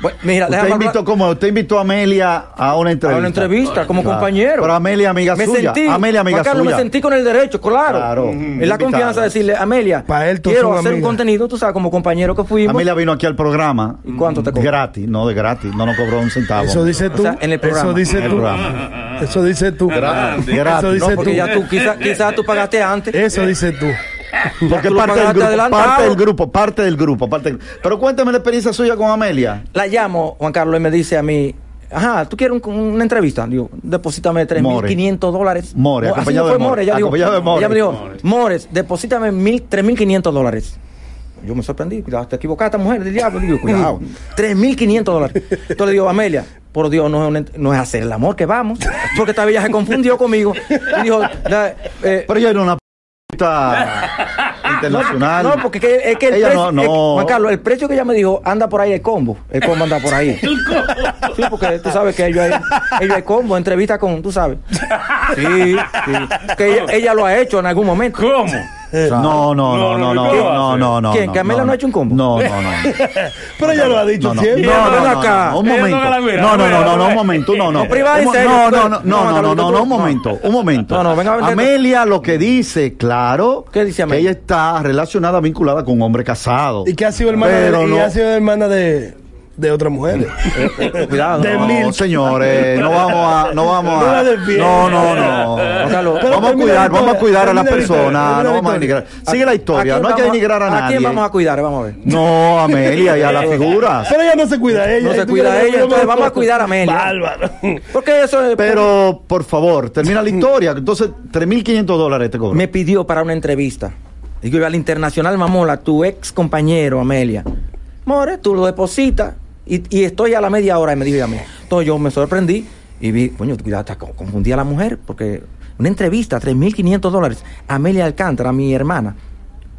Speaker 5: Bueno, mira,
Speaker 2: Usted
Speaker 5: déjame
Speaker 2: invitó,
Speaker 5: hablar-
Speaker 2: como, usted invitó a Amelia a una entrevista.
Speaker 5: a una entrevista como
Speaker 2: Claro.
Speaker 5: compañero.
Speaker 2: Pero Amelia, amiga
Speaker 5: me
Speaker 2: suya.
Speaker 5: Sentí,
Speaker 2: Amelia, amiga
Speaker 5: Juan Carlos,
Speaker 2: suya.
Speaker 5: me sentí con el derecho, claro.
Speaker 2: Claro. Ujú.
Speaker 5: Es la confianza
Speaker 2: Invitada.
Speaker 5: de decirle, Amelia,
Speaker 4: Pa' él todos
Speaker 5: quiero
Speaker 4: son
Speaker 5: hacer un
Speaker 4: amigas.
Speaker 5: contenido, tú sabes, como compañero que fuimos.
Speaker 2: Amelia vino aquí al programa.
Speaker 5: ¿Y cuánto te cobró?
Speaker 2: Gratis, no de gratis, no nos cobró un centavo.
Speaker 4: Eso dice
Speaker 5: O
Speaker 4: tú.
Speaker 5: sea, en el programa.
Speaker 4: Eso dice
Speaker 2: En el
Speaker 4: tú.
Speaker 2: programa.
Speaker 4: Eso dice tú.
Speaker 2: Grande.
Speaker 4: Eso
Speaker 2: Gratis.
Speaker 4: dice
Speaker 5: no, porque
Speaker 4: tú.
Speaker 5: ya tú, Eh. quizás quizá tú pagaste antes.
Speaker 4: Eso dice tú.
Speaker 2: Porque
Speaker 5: tú lo
Speaker 2: parte del,
Speaker 5: pagaste
Speaker 2: grupo, parte
Speaker 5: adelantado.
Speaker 2: del grupo, parte del grupo, parte del- Pero cuéntame la experiencia suya con Amelia.
Speaker 5: La llamo, Juan Carlos, y me dice a mí, ajá, ¿tú quieres un- una entrevista? Digo, deposítame
Speaker 2: More.
Speaker 5: 3.500 dólares.
Speaker 2: More,
Speaker 5: Mo- así
Speaker 2: acompañado
Speaker 5: fue
Speaker 2: de More,
Speaker 5: Ella, dijo,
Speaker 2: acompañado de More.
Speaker 5: ella me dijo, Mores, deposítame mil- 3.500 dólares. Yo me sorprendí, cuidado, te equivocaste, mujer, del diablo. Digo, cuidado, 3.500 dólares. Entonces le digo, Amelia, por Dios, no es, una ent- no es hacer el amor que vamos, porque esta vieja se confundió conmigo. Y dijo, la- eh,
Speaker 2: Pero ella era una puta internacional.
Speaker 5: no, porque que- es que el
Speaker 2: Ella
Speaker 5: precio.
Speaker 2: no,
Speaker 5: es-
Speaker 2: no.
Speaker 5: Juan Carlos, el precio que ella me dijo anda por ahí el combo. El combo anda por ahí. Sí, porque tú sabes que ellos hay, ellos hay combo, entrevista con, tú sabes. Sí, sí. Que ella, ella lo ha hecho en algún momento.
Speaker 3: ¿Cómo?
Speaker 2: Eh, No, no, no, no, no,
Speaker 3: ¿qué va a
Speaker 2: no,
Speaker 3: hacer?
Speaker 2: no, no.
Speaker 5: ¿Quién? ¿Que Amelia no ha hecho un combo?
Speaker 2: No, no, no.
Speaker 4: Pero ella lo ha dicho
Speaker 2: No, no,
Speaker 4: siempre.
Speaker 2: no, no,
Speaker 5: ven
Speaker 2: no,
Speaker 5: acá.
Speaker 2: no, un
Speaker 3: Ella no
Speaker 2: momento.
Speaker 3: la mira,
Speaker 2: No,
Speaker 3: la
Speaker 2: no, no, no,
Speaker 3: mira, la
Speaker 2: no, un
Speaker 3: mira.
Speaker 2: momento, no, no.
Speaker 5: No, privada en
Speaker 2: Un mo-
Speaker 5: serio,
Speaker 2: No,
Speaker 5: tú
Speaker 2: no, no,
Speaker 5: eres- no,
Speaker 2: no, no,
Speaker 5: Manolo,
Speaker 2: no,
Speaker 5: tú-
Speaker 2: no, un
Speaker 5: no.
Speaker 2: momento, un momento.
Speaker 5: No, no, venga, venga.
Speaker 2: Amelia lo que dice, claro,
Speaker 5: ¿Qué dice
Speaker 2: que
Speaker 5: Amelia?
Speaker 2: ella está relacionada, vinculada con un hombre casado.
Speaker 4: Y que ha sido hermana
Speaker 2: Pero
Speaker 4: de, y
Speaker 2: no-
Speaker 4: ha sido hermana de, de otras mujeres.
Speaker 5: Cuidado.
Speaker 4: De
Speaker 2: No,
Speaker 4: mil.
Speaker 2: señores, no vamos a, no vamos
Speaker 4: No
Speaker 2: a,
Speaker 4: la desvíes.
Speaker 2: no, no, no.
Speaker 5: O sea, lo-
Speaker 4: Pero
Speaker 2: vamos a
Speaker 4: termina la
Speaker 2: cuidar,
Speaker 4: historia,
Speaker 2: vamos a cuidar a las
Speaker 4: termina la historia,
Speaker 2: personas,
Speaker 4: termina
Speaker 2: no vamos
Speaker 4: la
Speaker 2: a
Speaker 4: historia.
Speaker 2: denigrar. Sigue la historia,
Speaker 5: ¿A
Speaker 2: no hay
Speaker 5: quién
Speaker 2: que
Speaker 5: vamos
Speaker 2: denigrar a
Speaker 5: ¿A quién
Speaker 2: nadie.
Speaker 5: vamos a Eh, cuidar? Vamos a ver.
Speaker 2: No, a Amelia y a las figuras.
Speaker 4: Pero ella no se cuida ella.
Speaker 5: No se
Speaker 4: Tú
Speaker 5: cuida
Speaker 4: quieres-
Speaker 5: ella, entonces vamos a cuidar a Amelia.
Speaker 4: Bárbaro.
Speaker 5: Porque eso es.
Speaker 2: Pero, por favor, termina la historia. Entonces, 3.500 dólares te cobro.
Speaker 5: Mm. me pidió para una entrevista. Y yo iba al Internacional Mamola, tu ex compañero, Amelia. More, tú lo depositas y, y estoy a la media hora y me dijo, llame. Entonces yo me sorprendí y vi, coño, cuidado, hasta co- confundí a la mujer porque una entrevista, 3.500 dólares. Amelia Alcántara, mi hermana.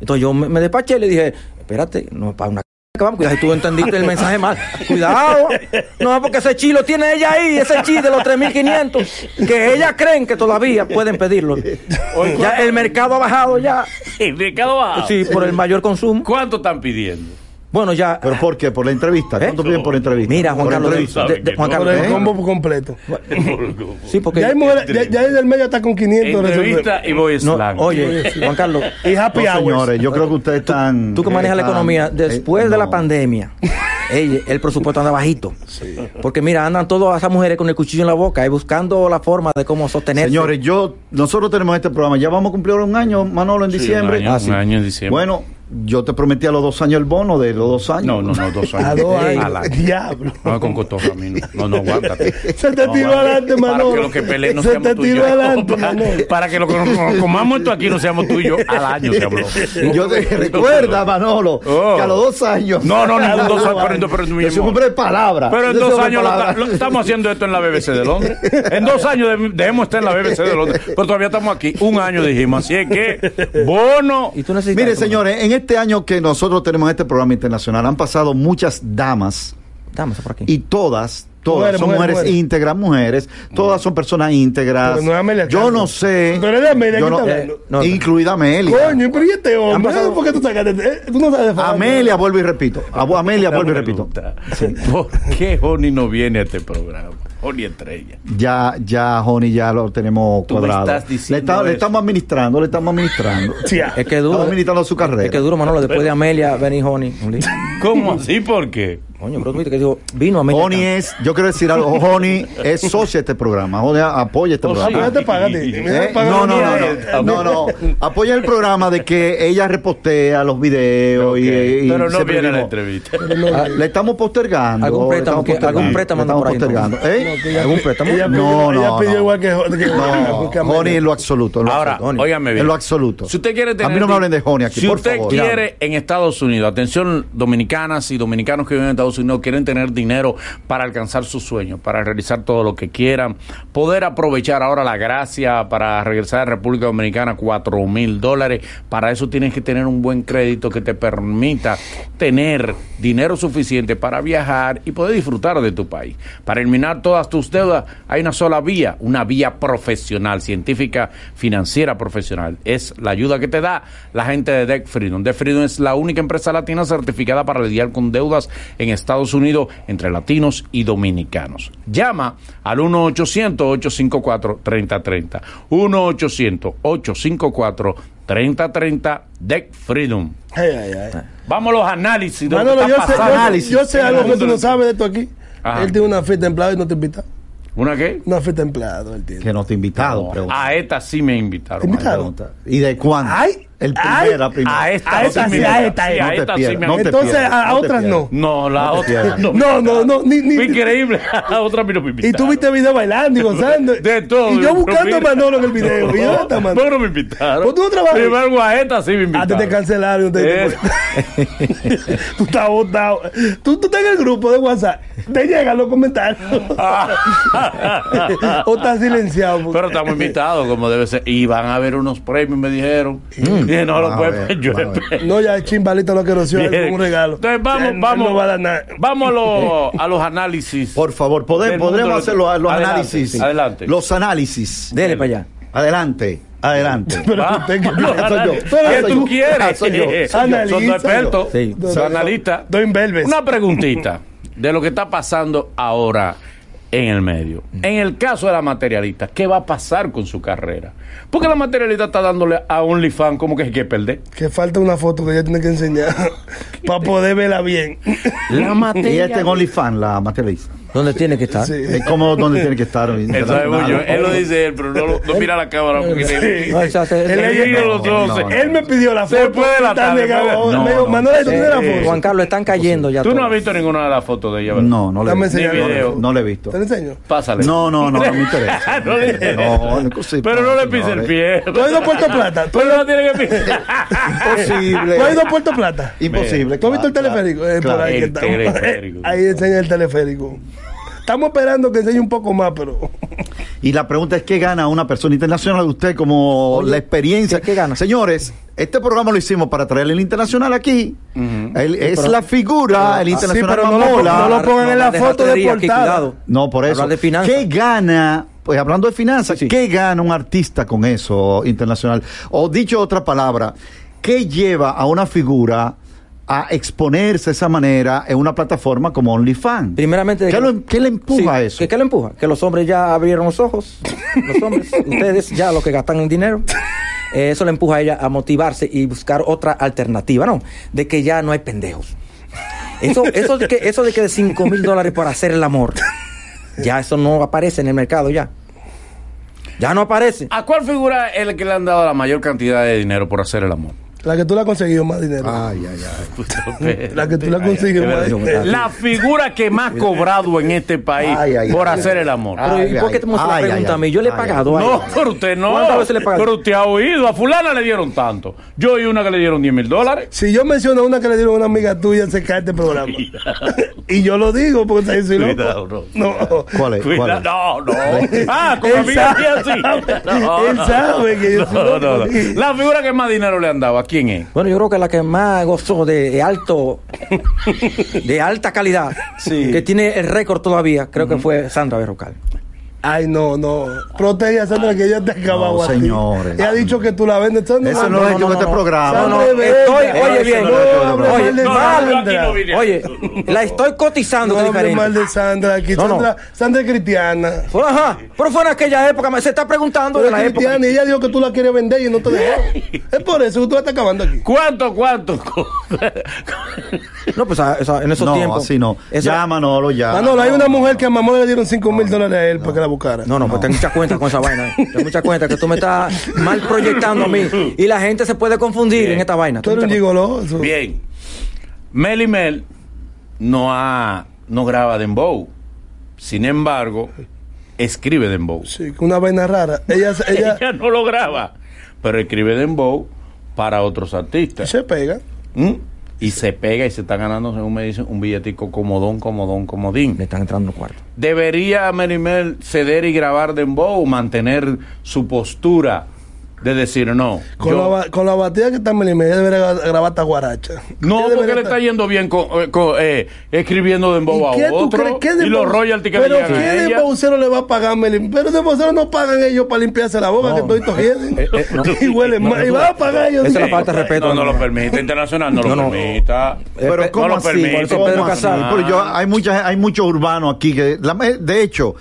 Speaker 5: Entonces yo me, me despaché y le dije, espérate, no, para una c- que vamos, cuidado, tú entendiste el mensaje mal. Cuidado, no, porque ese chi lo tiene ella ahí, ese chi de los 3.500, que ellas creen que todavía pueden pedirlo. Ya el mercado ha bajado ya,
Speaker 3: Ricardo
Speaker 4: Ah,
Speaker 3: Bajado.
Speaker 5: sí, por el mayor consumo.
Speaker 3: ¿Cuánto están pidiendo?
Speaker 5: Bueno, ya,
Speaker 2: ¿Pero por qué? ¿Por la entrevista? ¿Cuánto
Speaker 3: ¿Eh?
Speaker 2: piden por entrevista?
Speaker 5: mira, Juan
Speaker 2: Por
Speaker 5: Carlos,
Speaker 2: entrevista.
Speaker 5: de- de- Juan
Speaker 4: Por
Speaker 5: Carlos,
Speaker 4: el
Speaker 5: ¿eh?
Speaker 4: combo completo.
Speaker 5: sí, porque...
Speaker 4: Ya hay mujeres, ya, ya en el medio está con 500.
Speaker 3: Entrevista y voy
Speaker 5: No,
Speaker 3: slang.
Speaker 5: oye, Juan Carlos,
Speaker 4: Y happy
Speaker 2: No,
Speaker 4: hours.
Speaker 2: señores, yo creo que ustedes están...
Speaker 5: Tú que manejas la
Speaker 2: están-
Speaker 5: economía,
Speaker 2: eh,
Speaker 5: después de la
Speaker 2: no.
Speaker 5: pandemia, ey, el presupuesto anda bajito. Porque mira, andan todas esas mujeres con el cuchillo en la boca y buscando la forma de cómo sostenerse.
Speaker 2: Señores, yo, nosotros tenemos este programa. Ya vamos a cumplir un año, Manolo, en
Speaker 3: Sí, un
Speaker 2: diciembre.
Speaker 5: Ah,
Speaker 3: año, un año en diciembre.
Speaker 2: Bueno, yo te prometí a los dos años el bono de los dos años.
Speaker 3: No, no, no, dos
Speaker 4: A
Speaker 3: años.
Speaker 4: dos
Speaker 3: Al
Speaker 4: años.
Speaker 3: año.
Speaker 4: Diablo.
Speaker 3: No, con cotorra a mí no. No, no, aguántate.
Speaker 4: Se te
Speaker 3: No,
Speaker 4: tiró
Speaker 3: aguántate.
Speaker 4: adelante,
Speaker 3: Para
Speaker 4: Manolo.
Speaker 3: que lo que peleen no
Speaker 4: Se
Speaker 3: seamos
Speaker 4: te
Speaker 3: tú y
Speaker 4: tiró
Speaker 3: yo.
Speaker 4: adelante,
Speaker 3: Para-
Speaker 4: Manolo.
Speaker 3: Para que lo que nos comamos esto aquí no seamos tú y yo. Al año se habló.
Speaker 2: Y yo te recuerda, Manolo,
Speaker 3: Oh.
Speaker 2: que a los dos años.
Speaker 3: No, no, ningún dos años,
Speaker 2: años.
Speaker 3: pero- pero-
Speaker 2: Yo soy un hombre de palabras.
Speaker 3: Pero en
Speaker 2: Yo soy
Speaker 3: dos
Speaker 2: hombre de
Speaker 3: años lo ta-
Speaker 2: palabras.
Speaker 3: lo- estamos haciendo esto en la BBC de Londres. En dos años de- debemos estar en la BBC de Londres. Pero todavía estamos aquí. Un año dijimos. Así es que, bono.
Speaker 5: Y tú necesitas
Speaker 2: Mire,
Speaker 5: eso, ¿no?
Speaker 2: señores, en este año que nosotros tenemos este programa internacional, han pasado muchas damas
Speaker 5: Dame eso por aquí.
Speaker 2: y todas, todas
Speaker 4: Mujeres,
Speaker 2: son
Speaker 4: mujeres,
Speaker 2: mujeres,
Speaker 4: mujeres.
Speaker 2: íntegras, mujeres, todas son personas íntegras.
Speaker 4: Pero no es Amelia
Speaker 2: Yo
Speaker 4: Castro.
Speaker 2: no sé.
Speaker 4: Pero es de Amelia
Speaker 2: yo
Speaker 4: que
Speaker 2: no-
Speaker 4: está
Speaker 2: eh,
Speaker 4: hablando.
Speaker 5: no, no.
Speaker 2: incluida Amelia.
Speaker 4: Coño, pero ¿y este hombre?
Speaker 5: Han pasado-
Speaker 4: ¿Por qué tú sacaste? eh, Tú no sabes de farándula.
Speaker 2: Amelia, vuelvo y repito. Abu- Amelia, vuelvo y repito.
Speaker 3: Pregunta, ¿Por qué Joni no viene a este programa? Joni Estrella.
Speaker 2: Ya, ya, Joni, ya lo tenemos
Speaker 3: Tú me
Speaker 2: cuadrado.
Speaker 3: estás
Speaker 2: le,
Speaker 3: diciendo
Speaker 2: está- le
Speaker 3: eso.
Speaker 2: estamos administrando, le estamos administrando.
Speaker 4: Sí, ah.
Speaker 5: es que
Speaker 2: Estamos
Speaker 5: duro.
Speaker 2: administrando su carrera.
Speaker 5: Es que duro, Manolo, después de Amelia, Benny Honey. un lío.
Speaker 3: ¿Cómo así? ¿Por qué?
Speaker 5: Coño, pero tú viste que digo, vino Amelia.
Speaker 2: Joni es, yo quiero decir algo, Joni es socia de este programa, Joni apoya este
Speaker 4: Ah,
Speaker 2: programa.
Speaker 4: pero ya te pagan, te- te-
Speaker 2: ¿Eh?
Speaker 4: pagan
Speaker 2: No, no,
Speaker 4: una
Speaker 2: no,
Speaker 4: mierda.
Speaker 2: no, no, no. Apoya el programa de que ella repostea los videos
Speaker 3: Ok,
Speaker 2: y, y
Speaker 3: Pero no
Speaker 2: se
Speaker 3: viene a la
Speaker 2: privó.
Speaker 3: entrevista.
Speaker 2: Ah, Le estamos postergando.
Speaker 5: Algún
Speaker 2: le
Speaker 5: préstamo
Speaker 2: estamos
Speaker 5: que-
Speaker 2: postergando,
Speaker 5: algún préstamo
Speaker 2: le estamos
Speaker 5: anda por ahí, ¿no?
Speaker 2: postergando. ¿Eh?
Speaker 4: que ella-
Speaker 5: ¿Algún préstamo?
Speaker 4: Ella pidió,
Speaker 2: No,
Speaker 4: ella
Speaker 2: no,
Speaker 4: pidió
Speaker 2: no.
Speaker 4: igual que, que-
Speaker 2: No,
Speaker 4: que Amelia.
Speaker 2: Joni en lo absoluto. en lo
Speaker 3: Ahora,
Speaker 2: absoluto.
Speaker 3: óigame bien.
Speaker 2: En lo absoluto.
Speaker 3: Si usted quiere tener
Speaker 2: A mí no me
Speaker 3: di-
Speaker 2: hablen de Joni aquí,
Speaker 3: Si
Speaker 2: por
Speaker 3: usted
Speaker 2: favor.
Speaker 3: quiere en Estados Unidos, atención, dominicanas y dominicanos que viven en Estados Unidos quieren tener dinero para alcanzar sus sueños, para realizar todo lo que quieran, poder aprovechar ahora la gracia para regresar a República Dominicana, cuatro mil dólares. Para eso tienes que tener un buen crédito que te permita tener dinero suficiente para viajar y poder disfrutar de tu país. Para eliminar todas tus deudas, hay una sola vía, una vía profesional, científica, financiera profesional. Es la ayuda que te da la gente de Debt Freedom. Debt Freedom es la única empresa latina certificada para lidiar con deudas en Estados Estados Unidos entre latinos y dominicanos. Llama al 1-800-854-3030. 1-800-854-3030 Deck Freedom.
Speaker 4: Ay, ay, ay.
Speaker 3: Vamos a los análisis. de lo que
Speaker 4: Manolo, yo
Speaker 3: está
Speaker 4: sé,
Speaker 3: pasando.
Speaker 4: yo, yo sé algo que tú no sabes de esto aquí.
Speaker 3: Ajá.
Speaker 4: Él tiene una fiesta de empleado y no te invita.
Speaker 3: ¿Una qué?
Speaker 4: Una fiesta de empleado, él tiene.
Speaker 2: Que no te he invitado. pregunta.
Speaker 3: A esta sí me invitaron.
Speaker 4: Invita-
Speaker 2: Pregunta. ¿Y de cuándo?
Speaker 4: Ay,
Speaker 2: el
Speaker 4: ay,
Speaker 2: primera,
Speaker 3: A
Speaker 2: primera.
Speaker 3: esta,
Speaker 4: A
Speaker 3: no
Speaker 4: esta
Speaker 3: te
Speaker 4: sí,
Speaker 3: invitaron.
Speaker 4: a esta,
Speaker 3: Sí,
Speaker 4: eh.
Speaker 3: a
Speaker 2: No te
Speaker 3: esta sí
Speaker 2: pierdas,
Speaker 3: me
Speaker 2: no te
Speaker 3: invitaron.
Speaker 4: Entonces,
Speaker 2: pierdas,
Speaker 4: a, a
Speaker 2: no te
Speaker 4: otras no.
Speaker 3: No, la
Speaker 2: No te
Speaker 3: otra
Speaker 2: pierdas.
Speaker 3: no.
Speaker 4: No, no, no, ni, ni-
Speaker 3: Fue increíble. La otra a mí no me invitaron.
Speaker 4: Y tú viste video bailando y gozando.
Speaker 3: De todo.
Speaker 4: Y yo
Speaker 3: pero
Speaker 4: buscando a
Speaker 3: mira.
Speaker 4: Manolo en el video. Y yo, ¿dónde está Manolo?
Speaker 3: Pero no me invitaron.
Speaker 4: Pues tú no trabajas.
Speaker 3: Primero a esta sí me invitaron.
Speaker 4: Antes te cancelaron. te-
Speaker 3: Eh.
Speaker 4: tú estás botado. Tú, tú estás en el grupo de WhatsApp. Te llegan los comentarios. o estás silenciado. pues. porque-
Speaker 3: Pero estamos invitados, como debe ser. Y van a haber unos premios, me dijeron.
Speaker 4: Mm.
Speaker 3: Dije, no lo
Speaker 2: a
Speaker 3: puedes
Speaker 2: ver,
Speaker 3: perder. yo
Speaker 2: van a ver.
Speaker 3: espero.
Speaker 4: No, ya el chimbalito lo que nos dio
Speaker 3: Bien.
Speaker 4: es un regalo.
Speaker 3: Entonces vamos,
Speaker 4: Ya, él
Speaker 3: vamos,
Speaker 4: No va a dar nada.
Speaker 3: vamos a, los- a los análisis.
Speaker 2: Por favor, pode-
Speaker 3: Del mundo
Speaker 2: podremos
Speaker 3: del-
Speaker 2: hacer los, los
Speaker 3: Adelante,
Speaker 2: análisis.
Speaker 3: adelante.
Speaker 2: Los análisis.
Speaker 5: Dele para allá.
Speaker 2: Adelante, adelante.
Speaker 3: Va.
Speaker 4: usted que-
Speaker 3: Los
Speaker 2: soy yo.
Speaker 3: análisis.
Speaker 2: Ah,
Speaker 3: ¿Qué
Speaker 2: soy
Speaker 3: tú
Speaker 2: yo. Ah,
Speaker 3: quieres?
Speaker 2: soy yo. Soy yo.
Speaker 3: Son
Speaker 4: Analiza.
Speaker 3: dos expertos.
Speaker 5: Sí.
Speaker 3: Son analistas.
Speaker 4: Doy Belves.
Speaker 3: Una preguntita de lo que está pasando ahora en el medio. En el caso de la materialista, ¿qué va a pasar con su carrera? Porque la materialista está dándole a OnlyFans como que hay que perder.
Speaker 4: Que falta una foto que ella tiene que enseñar para poder verla bien.
Speaker 3: La
Speaker 2: Y
Speaker 3: materialista.
Speaker 2: este en OnlyFans, la materialista.
Speaker 5: ¿Dónde tiene que estar? Eh,
Speaker 4: Sí.
Speaker 2: Es como donde tiene que estar.
Speaker 3: Él, sabe muy bien. Él lo dice él, pero no, lo- no mira la cámara. porque se-
Speaker 5: No, esa- esa-
Speaker 4: Él
Speaker 5: esa-
Speaker 4: le
Speaker 3: llega
Speaker 4: llegó-
Speaker 3: los doce.
Speaker 2: no, no.
Speaker 4: Él me pidió la
Speaker 3: Se
Speaker 4: foto.
Speaker 3: puede la
Speaker 4: está
Speaker 3: tarde,
Speaker 4: negado
Speaker 3: puede-
Speaker 4: ahora.
Speaker 2: No,
Speaker 4: Me dijo,
Speaker 2: no.
Speaker 4: Manuel, ¿tú tienes la
Speaker 3: Sí.
Speaker 4: foto?
Speaker 5: Juan Carlos, están cayendo ya.
Speaker 3: Tú no
Speaker 5: todos.
Speaker 3: has visto ninguna de las fotos de ella, ¿verdad?
Speaker 2: No, no le he
Speaker 4: Dame
Speaker 2: visto.
Speaker 4: enseñar
Speaker 2: No,
Speaker 4: la
Speaker 3: video.
Speaker 2: no, no le he visto.
Speaker 4: ¿Te lo enseño?
Speaker 3: Pásale.
Speaker 2: No, no, no, no me interesa.
Speaker 3: No le interesa.
Speaker 2: No, no, sí,
Speaker 3: Pero no eh. le pise
Speaker 2: señores.
Speaker 3: el pie.
Speaker 4: ¿Tú has ido a Puerto Plata? ¿Tú
Speaker 3: Pero
Speaker 4: has ido-
Speaker 3: no tiene que pisar.
Speaker 2: Imposible.
Speaker 4: tú has ido a Puerto Plata?
Speaker 2: Imposible.
Speaker 4: ¿Tú has visto el
Speaker 2: claro,
Speaker 4: teleférico? Eh,
Speaker 2: claro.
Speaker 4: por ahí, que
Speaker 3: El
Speaker 4: está.
Speaker 3: teleférico.
Speaker 4: ahí enseña el teleférico. Estamos esperando que enseñe un poco más, pero.
Speaker 2: Y la pregunta es: ¿qué gana una persona internacional de usted como la experiencia?
Speaker 5: ¿qué- qué gana?
Speaker 2: Señores, este programa lo hicimos para traer el internacional aquí. Él es
Speaker 5: pero-
Speaker 2: la figura, el internacional
Speaker 4: pero no lo-
Speaker 2: mamola.
Speaker 4: no lo pongan en la
Speaker 5: dejaste
Speaker 4: foto de
Speaker 5: reír aquí,
Speaker 4: portada.
Speaker 5: cuidado.
Speaker 2: No, por eso.
Speaker 5: Hablar de finanzas.
Speaker 2: ¿Qué gana? Pues hablando de finanzas, ¿qué gana un artista con eso internacional? O dicho otra palabra, ¿qué lleva a una figura a exponerse de esa manera en una plataforma como OnlyFans?
Speaker 5: Primeramente, de
Speaker 2: ¿Qué,
Speaker 5: que-
Speaker 2: lo- em, qué le empuja a
Speaker 5: Sí,
Speaker 2: eso?
Speaker 5: ¿Qué, qué lo empuja? Que los hombres ya abrieron los ojos. Los hombres, ustedes ya los que gastan en dinero. Eh, eso le empuja a ella a motivarse y buscar otra alternativa, ¿no? De que ya no hay pendejos. Eso, eso, de, que, eso de que de 5 mil dólares para hacer el amor, ya eso no aparece en el mercado ya. Ya no aparece.
Speaker 3: ¿A cuál figura es el que le han dado la mayor cantidad de dinero por hacer el amor?
Speaker 4: La que tú la has conseguido más dinero.
Speaker 3: Ah,
Speaker 2: Ay, ay, ay.
Speaker 4: la que tú la consigues más dinero.
Speaker 3: La figura que más ha cobrado en este país
Speaker 2: Ay, ay,
Speaker 3: por
Speaker 2: ay.
Speaker 3: hacer el amor.
Speaker 2: Ah,
Speaker 5: Pero, ¿y
Speaker 2: ay,
Speaker 5: por qué
Speaker 2: ay.
Speaker 5: te haces la
Speaker 2: Ay, ay,
Speaker 5: pregunta a
Speaker 2: ay.
Speaker 5: mí? Yo le he
Speaker 2: Ay,
Speaker 5: pagado.
Speaker 3: No,
Speaker 5: algo.
Speaker 3: pero usted no.
Speaker 5: ¿Cuántas veces le he pagado?
Speaker 3: Pero usted ha oído. A fulana le dieron tanto. Yo oí una que le dieron 10 mil dólares.
Speaker 4: Si yo menciono una que le dieron a una amiga tuya, se cae este programa. y yo lo digo porque ahí soy loco.
Speaker 3: Cuidado, no.
Speaker 4: No.
Speaker 2: ¿Cuál es? Eh, ¿Cuál es?
Speaker 3: Cuida- No, no. Ah, con amigas así.
Speaker 4: sabe.
Speaker 3: No,
Speaker 4: Él
Speaker 3: no.
Speaker 4: sabe que yo soy
Speaker 3: No, no, no.
Speaker 4: loco.
Speaker 3: La figura que más dinero le han dado, ¿a quién es?
Speaker 5: Bueno, yo creo que la que más gozó de, de alto, de alta calidad, que tiene el récord todavía, creo que fue Sandra Berrocal.
Speaker 4: Ay, no, no. Protege a Sandra que ella te ha acabado
Speaker 2: No,
Speaker 4: a ti.
Speaker 2: señores.
Speaker 4: Ella ha dicho que tú la vendes. Sandra.
Speaker 2: Eso no
Speaker 4: Ah,
Speaker 2: es el objetivo de este programa.
Speaker 4: Sandra
Speaker 5: No, no,
Speaker 4: es
Speaker 5: estoy-
Speaker 4: bella.
Speaker 5: oye,
Speaker 4: Eso
Speaker 5: bien.
Speaker 4: no es el programa.
Speaker 5: Oye,
Speaker 4: Hable
Speaker 3: no,
Speaker 4: mal de
Speaker 3: yo aquí
Speaker 4: Sandra.
Speaker 3: no vine.
Speaker 5: Oye, la estoy cotizando
Speaker 4: No
Speaker 5: de
Speaker 4: hable mal
Speaker 5: diferente.
Speaker 4: de Sandra. Aquí
Speaker 5: No, no.
Speaker 4: Sandra, Sandra es cristiana.
Speaker 5: Fue- ajá, pero fue en aquella época, me- se está preguntando de
Speaker 4: Sandra
Speaker 5: la
Speaker 4: es
Speaker 5: época.
Speaker 4: cristiana y ella dijo que tú la quieres vender y no te dejó. es por eso que tú la estás acabando aquí.
Speaker 3: ¿Cuánto, cuánto? co-
Speaker 5: No, pues a- esa- en esos
Speaker 2: no,
Speaker 5: tiempos.
Speaker 2: así no.
Speaker 5: Eso-
Speaker 2: Ya, Manolo, ya.
Speaker 4: Manolo, hay una mujer que a Mamón le dieron 5 mil dólares a él para que la buscara.
Speaker 5: No, no, pues ten mucha cuenta con esa vaina. eh. Ten mucha cuenta que tú me estás mal proyectando a mí. Y la gente se puede confundir en esta vaina.
Speaker 4: Tú eres un gigoloso.
Speaker 3: Bien. Mel y Mel no, ha, no graba Dembow. Sin embargo, escribe Dembow.
Speaker 4: Sí, una vaina rara. Ella, ella
Speaker 3: Ella no lo graba, pero escribe Dembow para otros artistas.
Speaker 4: se pega.
Speaker 3: ¿Mm? Y se pega y se está ganando, según me dicen, un billetico comodón, comodón, comodín.
Speaker 5: Le están entrando los cuartos.
Speaker 3: ¿Debería Merimel ceder y grabar Dembow, mantener su postura de decir, no.
Speaker 4: Con,
Speaker 3: yo-
Speaker 4: la, ba- con la batida que está Meli, me debería gra- grabar esta guaracha.
Speaker 3: No,
Speaker 4: Ella
Speaker 3: porque
Speaker 4: debería
Speaker 3: le
Speaker 4: estar-
Speaker 3: está yendo bien con, eh, con, eh, escribiendo de
Speaker 4: ¿Y
Speaker 3: emboba
Speaker 4: qué
Speaker 3: a
Speaker 4: tú crees?
Speaker 3: otro.
Speaker 4: ¿Qué de
Speaker 3: y los
Speaker 4: Bau-
Speaker 3: royalty que le
Speaker 4: Pero
Speaker 3: llegan
Speaker 4: ¿qué
Speaker 3: a
Speaker 4: de
Speaker 3: ella.
Speaker 4: Baucero le va a pagar Meli? Pero de Baucero no pagan ellos para limpiarse la boca, que todos
Speaker 5: eh,
Speaker 4: hieden.
Speaker 3: Eh,
Speaker 4: y huelen mal. y van a pagar ellos.
Speaker 5: Esa es la
Speaker 4: Sí.
Speaker 5: falta de respeto.
Speaker 3: No, no lo permite. Internacional no lo
Speaker 5: No, no.
Speaker 3: permita.
Speaker 2: Pero ¿cómo
Speaker 3: no lo
Speaker 2: así?
Speaker 3: permite.
Speaker 5: Por eso
Speaker 2: ¿Cómo
Speaker 5: Pedro
Speaker 2: así?
Speaker 5: Casal.
Speaker 2: Pero yo- hay, mucha, hay muchos urbanos aquí que... la- eh, de hecho,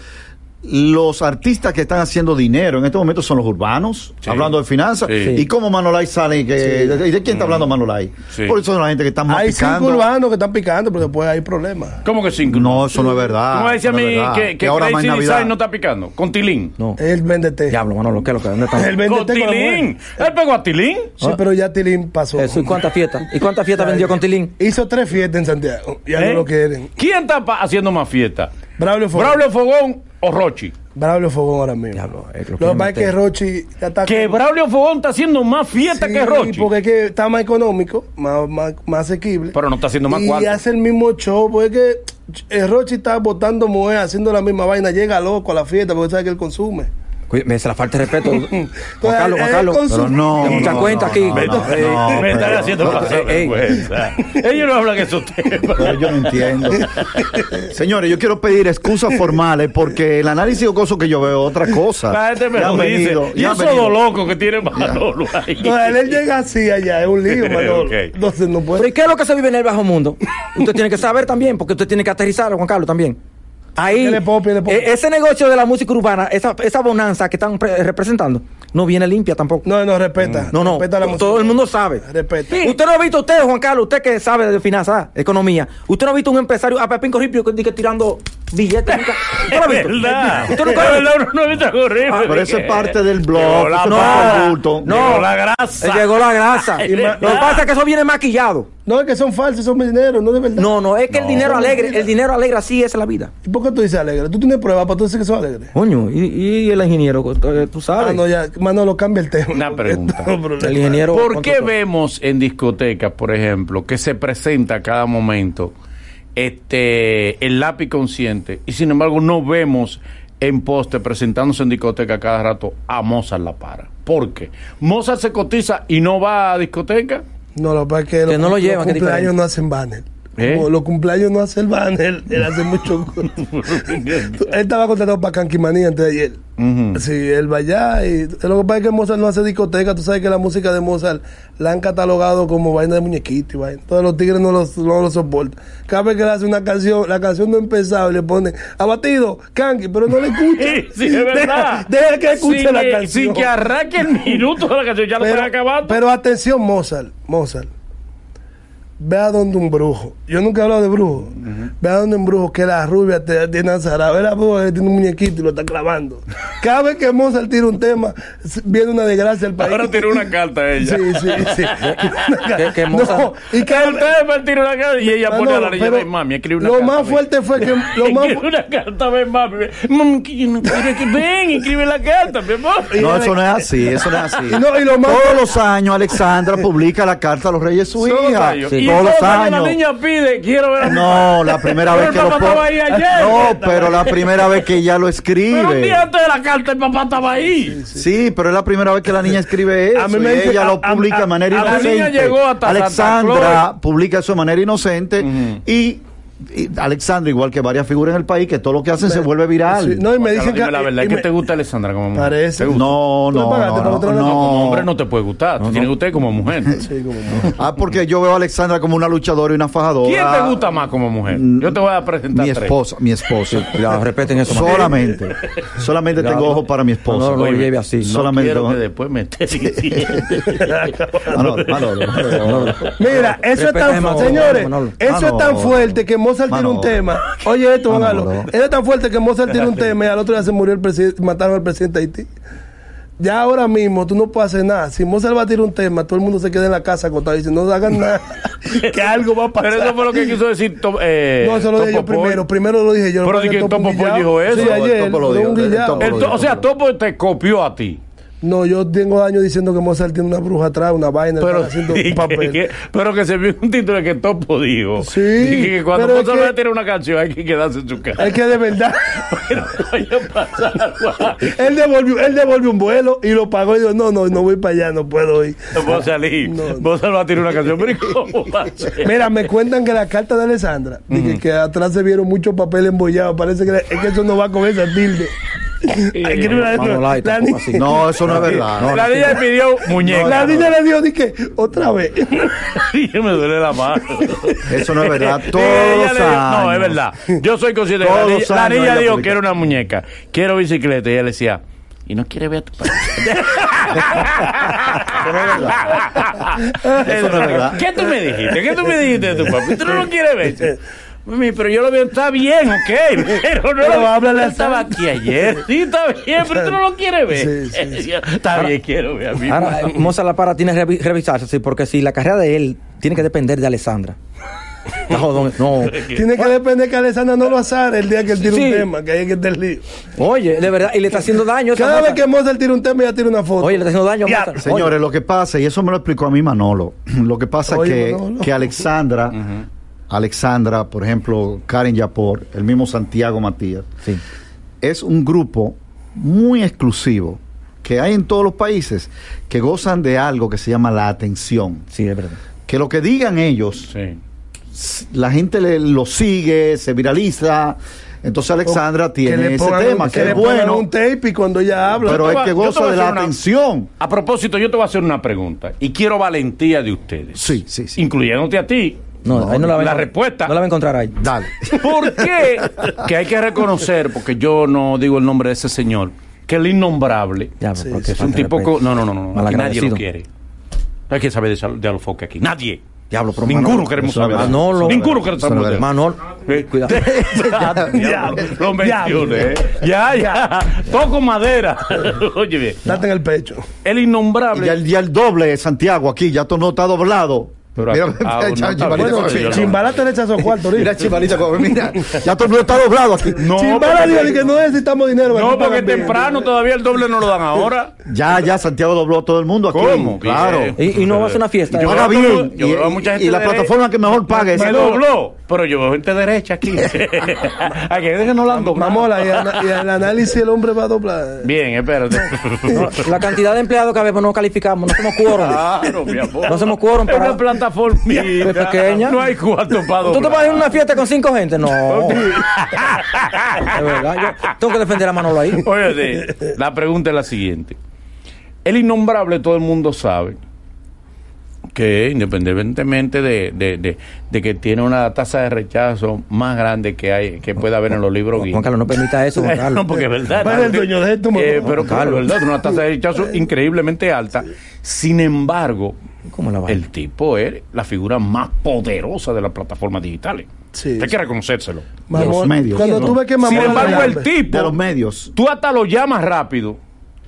Speaker 2: los artistas que están haciendo dinero en este momento son los urbanos, hablando de finanzas.
Speaker 3: Sí. Mm.
Speaker 2: ¿Y cómo Manolay sale? y que- ¿Y de quién está hablando Manolay?
Speaker 3: Sí.
Speaker 2: Por eso son la gente que está más
Speaker 4: Hay
Speaker 2: picando.
Speaker 4: cinco urbanos que están picando, pero después hay problemas.
Speaker 3: ¿Cómo que sin
Speaker 2: No, eso no es verdad.
Speaker 3: ¿Cómo dice a
Speaker 2: no es
Speaker 3: mí
Speaker 2: verdad.
Speaker 3: que, que
Speaker 2: Y ahora más
Speaker 3: Crazy
Speaker 2: en
Speaker 3: Design no
Speaker 2: Navidad.
Speaker 3: está picando? Con Tilín.
Speaker 5: No.
Speaker 4: Él véndete.
Speaker 5: Diablo, Manolo, ¿qué es lo que? ¿Dónde está?
Speaker 4: Él véndete
Speaker 3: Con
Speaker 4: con la
Speaker 3: Tilín.
Speaker 4: mujer.
Speaker 3: Él pegó a Tilín.
Speaker 4: Sí, pero ya Tilín pasó.
Speaker 5: Ah. Eso, ¿y cuántas fiestas? ¿Y cuántas fiestas vendió con Tilín?
Speaker 4: Hizo tres fiestas en Santiago. Ya
Speaker 3: ¿Eh?
Speaker 4: no lo quieren.
Speaker 3: ¿Quién está pa- haciendo más fiesta?
Speaker 4: Braulio Fogón.
Speaker 3: ¿Braulio Fogón o Rochi?
Speaker 4: Braulio Fogón ahora mismo.
Speaker 5: Diablo,
Speaker 4: lo
Speaker 5: es lo que
Speaker 4: que pasa
Speaker 5: yo
Speaker 4: es
Speaker 5: noté.
Speaker 4: que Rochi ya está.
Speaker 3: Que Braulio Fogón está haciendo más fiesta
Speaker 4: Sí,
Speaker 3: que Rochi.
Speaker 4: Porque es que está más económico, más, más, más asequible.
Speaker 3: Pero no está haciendo más
Speaker 4: Y
Speaker 3: cuarto.
Speaker 4: hace el mismo show, porque es que eh, Rochi está botando mujer, haciendo la misma vaina, llega loco a la fiesta, porque sabe que él consume.
Speaker 5: Cuí- Me dice la falta de respeto. Juan Carlos, Juan
Speaker 4: él
Speaker 5: Carlos.
Speaker 4: consume-
Speaker 2: Pero no,
Speaker 5: Hay mucha
Speaker 2: no,
Speaker 5: cuenta
Speaker 2: no,
Speaker 5: aquí.
Speaker 2: no, no,
Speaker 5: Eh,
Speaker 2: no,
Speaker 3: Me están
Speaker 2: pero-
Speaker 3: haciendo
Speaker 5: no,
Speaker 3: pasar
Speaker 5: eh, eh.
Speaker 3: vergüenza. Ellos no hablan esos temas.
Speaker 2: Pero yo no entiendo. Señores, yo quiero pedir excusas formales porque el análisis jocoso que yo veo es otra cosa.
Speaker 3: La gente me
Speaker 2: Ya
Speaker 3: lo
Speaker 2: han
Speaker 3: dice.
Speaker 2: venido,
Speaker 3: Y
Speaker 2: ya han
Speaker 3: eso
Speaker 2: venido.
Speaker 3: lo loco que tiene Manolo ahí.
Speaker 4: Entonces, él llega así allá, es un lío, Manolo.
Speaker 3: Ok.
Speaker 4: Entonces no
Speaker 5: Pero
Speaker 4: puede.
Speaker 5: ¿y qué es lo que se vive en el bajo mundo? Usted tiene que saber también, porque usted tiene que aterrizar, Juan Carlos, también. Ahí,
Speaker 4: Dele pop, dele pop.
Speaker 5: e- ese negocio de la música urbana, esa, esa bonanza que están pre- representando, no viene limpia tampoco.
Speaker 4: No, no, respeta.
Speaker 5: No, no,
Speaker 4: respeta la música.
Speaker 5: todo el mundo sabe.
Speaker 4: Respeta.
Speaker 5: Usted no ha visto, usted, Juan Carlos, usted que sabe de finanzas, ah, economía, usted no ha visto un empresario a Pepín Corripio que dice tirando billetes. nunca? ¿Usted lo ha
Speaker 3: Es
Speaker 5: visto?
Speaker 3: verdad.
Speaker 5: ¿Usted
Speaker 3: Es
Speaker 5: nunca lo ha visto?
Speaker 3: verdad, uno no evita correr.
Speaker 2: Ah, Pero eso es parte del blog.
Speaker 3: Llegó la
Speaker 2: eso es parte del
Speaker 3: moda.
Speaker 2: bulto.
Speaker 5: No.
Speaker 3: Llegó la
Speaker 5: Eh,
Speaker 3: grasa.
Speaker 5: Llegó la grasa.
Speaker 3: Es
Speaker 5: Lo que
Speaker 3: verdad.
Speaker 5: pasa es que eso viene maquillado.
Speaker 4: No, es que son falsos, son dineros, no de verdad.
Speaker 5: No, no, es que el dinero alegre, el dinero alegre así es la vida.
Speaker 4: ¿Y por qué tú dices alegre? ¿Tú tienes pruebas para tú decir que son alegres?
Speaker 5: Coño, y, y el ingeniero, eh, tú
Speaker 4: Ah,
Speaker 5: sabes.
Speaker 4: no, ya, Manolo, cambia el tema.
Speaker 3: Una pregunta.
Speaker 4: No, problema.
Speaker 5: el ingeniero.
Speaker 3: ¿Por
Speaker 5: ¿cuánto
Speaker 3: qué
Speaker 5: son?
Speaker 3: vemos en discotecas, por ejemplo, que se presenta a cada momento este el lápiz consciente y sin embargo no vemos en poste presentándose en discoteca cada rato a Mozart La Para? ¿Por qué? ¿Mozart se cotiza y no va a discoteca?
Speaker 4: No, lo que pasa es que, los-
Speaker 5: no lo llevan, que
Speaker 4: los
Speaker 5: es
Speaker 4: cumpleaños
Speaker 5: diferente.
Speaker 4: no hacen banner.
Speaker 3: ¿Eh?
Speaker 4: Como los cumpleaños no hace el banner, él hace mucho. él estaba contratado para Canquimanía antes de ayer. Sí, él va allá. Y, lo que pasa es que Mozart no hace discoteca. Tú sabes que la música de Mozart la han catalogado como vaina de muñequito y vaina. Entonces los tigres no los, no los soportan. Cada vez que él hace una canción, la canción no ha empezado y le pone abatido, Canqui, pero no le escucha.
Speaker 3: Sí, sí, es verdad.
Speaker 4: Deja, deja que escuche
Speaker 3: Sin
Speaker 4: la
Speaker 3: que-
Speaker 4: canción
Speaker 3: sin que arranque el minuto de la canción, ya lo están Ah, acabando.
Speaker 4: pero atención, Mozart, Mozart. Ve a donde un brujo. Yo nunca he hablado de brujo. Ve a donde un brujo que la rubia te tiene azarado. Era bruja que tiene un muñequito y lo está clavando. Cada vez que Mozart tira un tema, s- viene una desgracia al país.
Speaker 3: Ahora tiró una carta ella.
Speaker 4: Sí, sí, sí.
Speaker 5: que- que Mozart-
Speaker 4: No, y cada-
Speaker 3: Cada vez tiró una carta y ella pone a
Speaker 4: Manolo,
Speaker 3: la niña
Speaker 4: Ah, pero
Speaker 3: de mami, escribe una
Speaker 4: Lo
Speaker 3: carta.
Speaker 4: más
Speaker 3: ven".
Speaker 4: fuerte fue que. Lo más
Speaker 3: Escribe una carta, ven, mami. ven. Mami, que yo no quiero que- ven, escribe la carta, mi amor.
Speaker 2: No, eso no es así, eso no es así.
Speaker 4: Y no, y lo más-
Speaker 2: Todos los años Alexandra publica la carta a los reyes su
Speaker 3: Todos los
Speaker 2: hija.
Speaker 3: años.
Speaker 2: Sí.
Speaker 3: Y
Speaker 2: Todos los
Speaker 3: entonces la
Speaker 2: años.
Speaker 3: niña pide, quiero ver a
Speaker 2: No, la primera vez
Speaker 3: Pero el
Speaker 2: que lo
Speaker 3: papá
Speaker 2: pone-
Speaker 3: estaba ahí ayer.
Speaker 2: No, pero la primera vez que ella lo
Speaker 3: Pero un día
Speaker 2: escribe.
Speaker 3: antes de la carta el papá estaba ahí.
Speaker 2: Sí, pero es la primera vez que la niña escribe eso.
Speaker 4: A mí me
Speaker 2: y
Speaker 4: dice-
Speaker 2: ella
Speaker 4: a-
Speaker 2: lo
Speaker 4: a-
Speaker 2: publica
Speaker 4: a-
Speaker 2: de manera
Speaker 3: a la niña
Speaker 2: inocente.
Speaker 3: llegó hasta Santa
Speaker 2: Alexandra
Speaker 3: Claus.
Speaker 2: publica eso de manera inocente y, y Alexandra, igual que varias figuras en el país, que todo lo que hacen se vuelve viral.
Speaker 4: Sí, no, y me dicen
Speaker 3: Dime la verdad,
Speaker 4: y
Speaker 3: ¿es que
Speaker 4: me-
Speaker 3: te gusta Alexandra como mujer?
Speaker 4: Parece.
Speaker 3: ¿Te gusta?
Speaker 2: No,
Speaker 4: Tú le
Speaker 2: no,
Speaker 4: pagaste
Speaker 2: no,
Speaker 4: para otra vez.
Speaker 2: no.
Speaker 3: Como hombre no te puede gustar, te tiene que gustar como mujer.
Speaker 4: Sí, como-
Speaker 2: Ah, porque yo veo a Alexandra como una luchadora y una fajadora.
Speaker 3: ¿Quién te gusta más como mujer? Yo te voy a presentar
Speaker 2: Mi
Speaker 3: tres.
Speaker 2: esposa, mi esposa.
Speaker 5: Cuidado, respeten eso. man.
Speaker 2: Solamente. Solamente tengo ojo para mi esposa.
Speaker 5: No, no, lo
Speaker 3: Oye,
Speaker 5: lleve así.
Speaker 2: no.
Speaker 3: No
Speaker 2: Solamente Ah,
Speaker 3: quiero
Speaker 2: dos.
Speaker 3: que después me estés diciendo.
Speaker 2: Manolo, Manolo, Manolo.
Speaker 4: Mira, eso es
Speaker 5: Respeta a
Speaker 4: tan
Speaker 5: Manolo,
Speaker 4: fuerte. Señores,
Speaker 5: Manolo.
Speaker 4: eso es tan
Speaker 2: Manolo.
Speaker 4: fuerte que Mozart tiene
Speaker 2: Manolo.
Speaker 4: un tema. Oye, esto, Manolo.
Speaker 2: Manolo.
Speaker 4: Eso es tan fuerte que Mozart tiene un tema y al otro día se murió el presidente, mataron al presidente de Haití. Ya ahora mismo tú no puedes hacer nada. Si Mozart va a tirar un tema, todo el mundo se queda en la casa acostado y dice, no hagan nada, que algo va a pasar.
Speaker 3: Pero eso fue lo que quiso decir Tom- eh,
Speaker 4: No, eso lo dije yo
Speaker 3: Topo Boy.
Speaker 4: primero. Primero lo dije yo.
Speaker 3: Pero
Speaker 4: Lo
Speaker 3: de que
Speaker 4: pone
Speaker 3: Topo Boy
Speaker 4: un guillao.
Speaker 3: dijo eso,
Speaker 4: Sí,
Speaker 3: el
Speaker 4: ayer.
Speaker 2: Topo lo
Speaker 4: de un
Speaker 2: dijo, el
Speaker 4: guillao.
Speaker 2: Topo
Speaker 3: El
Speaker 2: lo
Speaker 3: to-
Speaker 2: dijo.
Speaker 3: o sea, Topo te copió a ti.
Speaker 4: No, yo tengo años diciendo que Mozart tiene una bruja atrás, una vaina,
Speaker 3: Pero,
Speaker 4: están haciendo
Speaker 3: y que-
Speaker 4: papel.
Speaker 3: que- pero que se vio un título de que Topo dijo.
Speaker 4: Sí,
Speaker 3: Y que cuando
Speaker 4: pero es
Speaker 3: Mozart
Speaker 4: que-
Speaker 3: tiene una canción hay que quedarse en su casa.
Speaker 4: Es que de verdad,
Speaker 3: Oye, pasa algo.
Speaker 4: él devolvió, él devolvió un vuelo y lo pagó y dijo, no, no, no voy para allá, no puedo ir.
Speaker 3: No puedo salir.
Speaker 4: No.
Speaker 3: Mozart va a tirar una canción. Pero ¿y ¿cómo va a ser?
Speaker 4: Mira, me cuentan que la carta de Alessandra, dije que, atrás se vieron muchos papeles embollados, parece que, es que eso no va con esa tilde. Escribe la-
Speaker 5: Manolo Light,
Speaker 4: la
Speaker 5: tampoco
Speaker 4: ni-
Speaker 5: así.
Speaker 2: No, eso no es verdad. No,
Speaker 3: La niña pidió muñeca.
Speaker 4: La niña le dijo, dije, otra vez.
Speaker 3: Y me duele la mano.
Speaker 2: Eso no es verdad.
Speaker 3: Sí,
Speaker 2: Todos
Speaker 3: Eh, ella
Speaker 2: los
Speaker 3: le dijo- No, es
Speaker 2: años.
Speaker 3: verdad. Yo soy consciente. que La
Speaker 2: Todos
Speaker 3: niña,
Speaker 2: los
Speaker 3: la
Speaker 2: años
Speaker 3: niña
Speaker 2: ella
Speaker 3: dijo,
Speaker 2: publica.
Speaker 3: quiero una muñeca, quiero bicicleta. Y ella le decía, ¿y no quiere ver a tu padre?
Speaker 2: Eso no es verdad.
Speaker 3: ¿Qué tú me dijiste? ¿Qué tú me dijiste de tu papá? ¿Tú no lo quieres ver? Dice, Mami, pero yo lo veo, está bien, ok. Pero no lo
Speaker 4: háblale
Speaker 3: Él
Speaker 4: a
Speaker 3: Estaba
Speaker 4: Sandra.
Speaker 3: aquí ayer. Sí, está bien, pero tú no lo quieres ver.
Speaker 4: Sí, sí,
Speaker 3: Decía, Está bien, quiero ver a mi
Speaker 5: Ahora,
Speaker 3: mamá".
Speaker 5: eh, Mozart La Parra tiene que revi- revisarse, sí, porque si la carrera de él tiene que depender de Alessandra. No, jodón, no.
Speaker 4: Tiene que depender que Alessandra no lo azar el día que él tire
Speaker 5: Sí.
Speaker 4: un tema, que ahí es que está el lío.
Speaker 5: Oye, de verdad, y le está haciendo daño. esa
Speaker 4: Cada vez
Speaker 5: Mozart.
Speaker 4: que Mozart tira un tema, ella tira una foto.
Speaker 5: Oye, le está haciendo daño a Mozart. Oye,
Speaker 2: Señores, lo que pasa, y eso me lo explicó a mí Manolo, lo que pasa es
Speaker 4: Oye,
Speaker 2: que,
Speaker 4: Manolo.
Speaker 2: que Alexandra, Alexandra, por ejemplo, Karen Yapor, el mismo Santiago Matías,
Speaker 5: Sí.
Speaker 2: es un grupo muy exclusivo que hay en todos los países que gozan de algo que se llama la atención.
Speaker 5: Sí, es verdad.
Speaker 2: Que lo que digan ellos
Speaker 3: Sí.
Speaker 2: la gente le- lo sigue, se viraliza. Entonces
Speaker 3: Oh,
Speaker 2: Alexandra tiene ese
Speaker 4: pongan-
Speaker 2: tema,
Speaker 4: que
Speaker 2: que
Speaker 4: le
Speaker 2: es
Speaker 4: pongan
Speaker 2: bueno,
Speaker 4: un tape y cuando ella habla.
Speaker 2: pero
Speaker 3: te
Speaker 2: es
Speaker 3: voy a-
Speaker 2: que
Speaker 3: yo te voy
Speaker 2: goza
Speaker 3: a
Speaker 2: de
Speaker 3: hacer
Speaker 2: la
Speaker 3: una-
Speaker 2: atención.
Speaker 3: A propósito, yo te voy a hacer una pregunta y quiero valentía de ustedes.
Speaker 2: Sí, sí, sí.
Speaker 3: Incluyéndote a ti.
Speaker 5: No, ahí no la, va a
Speaker 3: la
Speaker 5: encont-
Speaker 3: respuesta.
Speaker 5: No la va a encontrar ahí.
Speaker 2: Dale.
Speaker 3: ¿Por qué? que hay que reconocer, porque yo no digo el nombre de ese señor, que el innombrable
Speaker 5: Ya,
Speaker 4: Sí,
Speaker 5: porque
Speaker 4: sí.
Speaker 3: es un
Speaker 5: falta de
Speaker 3: tipo.
Speaker 5: respeto.
Speaker 3: co- No, no, no, no. no, que nadie
Speaker 5: Malagradecido.
Speaker 3: lo quiere. No hay que saber de, sal- de Alofoque aquí. Nadie.
Speaker 5: Diablo, pero
Speaker 3: Ninguno
Speaker 5: Manolo-
Speaker 3: queremos
Speaker 2: eso es
Speaker 3: saber. de-
Speaker 2: verdad.
Speaker 5: Manolo-
Speaker 3: Ninguno queremos saber. de-
Speaker 5: Manolo,
Speaker 3: Eh,
Speaker 5: cuidado.
Speaker 3: ya, ya, lo mencioné. eh. Ya, ya. Toco madera. Oye, bien.
Speaker 4: Date en el pecho.
Speaker 3: El
Speaker 2: Y ya
Speaker 3: innombrable.
Speaker 2: el, ya el doble Santiago aquí, ya todo no está doblado.
Speaker 3: Pero
Speaker 2: mira,
Speaker 3: acá- ah, no, está
Speaker 2: Chimbalita,
Speaker 3: bien.
Speaker 4: Bueno,
Speaker 3: sí, yo
Speaker 4: Chimbalata
Speaker 3: lo-
Speaker 4: le echazó cuarto, ¿no?
Speaker 2: mira, Chimbalita, como- mira, ya todo no está doblado aquí.
Speaker 3: No,
Speaker 4: Chimbala dijo de que no necesitamos dinero.
Speaker 3: No,
Speaker 4: aquí
Speaker 3: porque
Speaker 4: pagan bien.
Speaker 3: temprano todavía el doble no lo dan ahora.
Speaker 2: Ya, ya Santiago dobló a todo el mundo aquí.
Speaker 3: ¿Cómo?
Speaker 2: Claro.
Speaker 3: Bien.
Speaker 5: Y, y no va a ser una fiesta.
Speaker 3: Yo-
Speaker 5: ¿eh?
Speaker 2: Paga
Speaker 3: veo a todo-
Speaker 2: bien.
Speaker 3: yo
Speaker 2: y,
Speaker 3: veo a mucha
Speaker 2: y-
Speaker 3: gente
Speaker 2: y la
Speaker 3: derecha.
Speaker 2: plataforma que mejor pague es
Speaker 3: Se dobló, pero yo veo gente derecha aquí. Aquí hay que no la han doblado.
Speaker 4: Mamola, y, ana- y el análisis el hombre va a doblar.
Speaker 3: Bien, espérate.
Speaker 5: No, la cantidad de empleados que habemos no calificamos, no somos quórum.
Speaker 3: Claro, mi amor.
Speaker 5: No hacemos quórum
Speaker 3: Es
Speaker 5: para-
Speaker 3: una plataformita.
Speaker 5: Es pequeña.
Speaker 3: No hay cuarto para
Speaker 5: ¿Tú te vas a
Speaker 3: doblar.
Speaker 5: ir a una fiesta con cinco gente? No. de verdad, yo tengo que defender a Manolo ahí.
Speaker 3: Oye, la pregunta es la siguiente. El innombrable todo el mundo sabe que independientemente de, de- de- de que tiene una tasa de rechazo más grande que hay que puede haber en los libros
Speaker 5: Juan
Speaker 3: Guinness.
Speaker 5: Carlos, no permita eso, Juan Carlos.
Speaker 3: No, porque es verdad.
Speaker 4: Para el dueño de esto,
Speaker 3: Eh,
Speaker 4: mamá.
Speaker 3: pero claro, es verdad, una tasa de rechazo increíblemente alta. Sin embargo,
Speaker 5: ¿Cómo la va?
Speaker 3: el tipo es la figura más poderosa de las plataformas digitales.
Speaker 4: Sí.
Speaker 3: Hay que reconocérselo.
Speaker 4: Mamola-
Speaker 2: los medios.
Speaker 4: Cuando
Speaker 2: Sí,
Speaker 4: tú
Speaker 2: no.
Speaker 4: ves que
Speaker 3: Sin
Speaker 4: Mamola.
Speaker 3: embargo,
Speaker 4: le-
Speaker 3: el tipo,
Speaker 2: de los medios.
Speaker 3: tú hasta lo llamas rápido.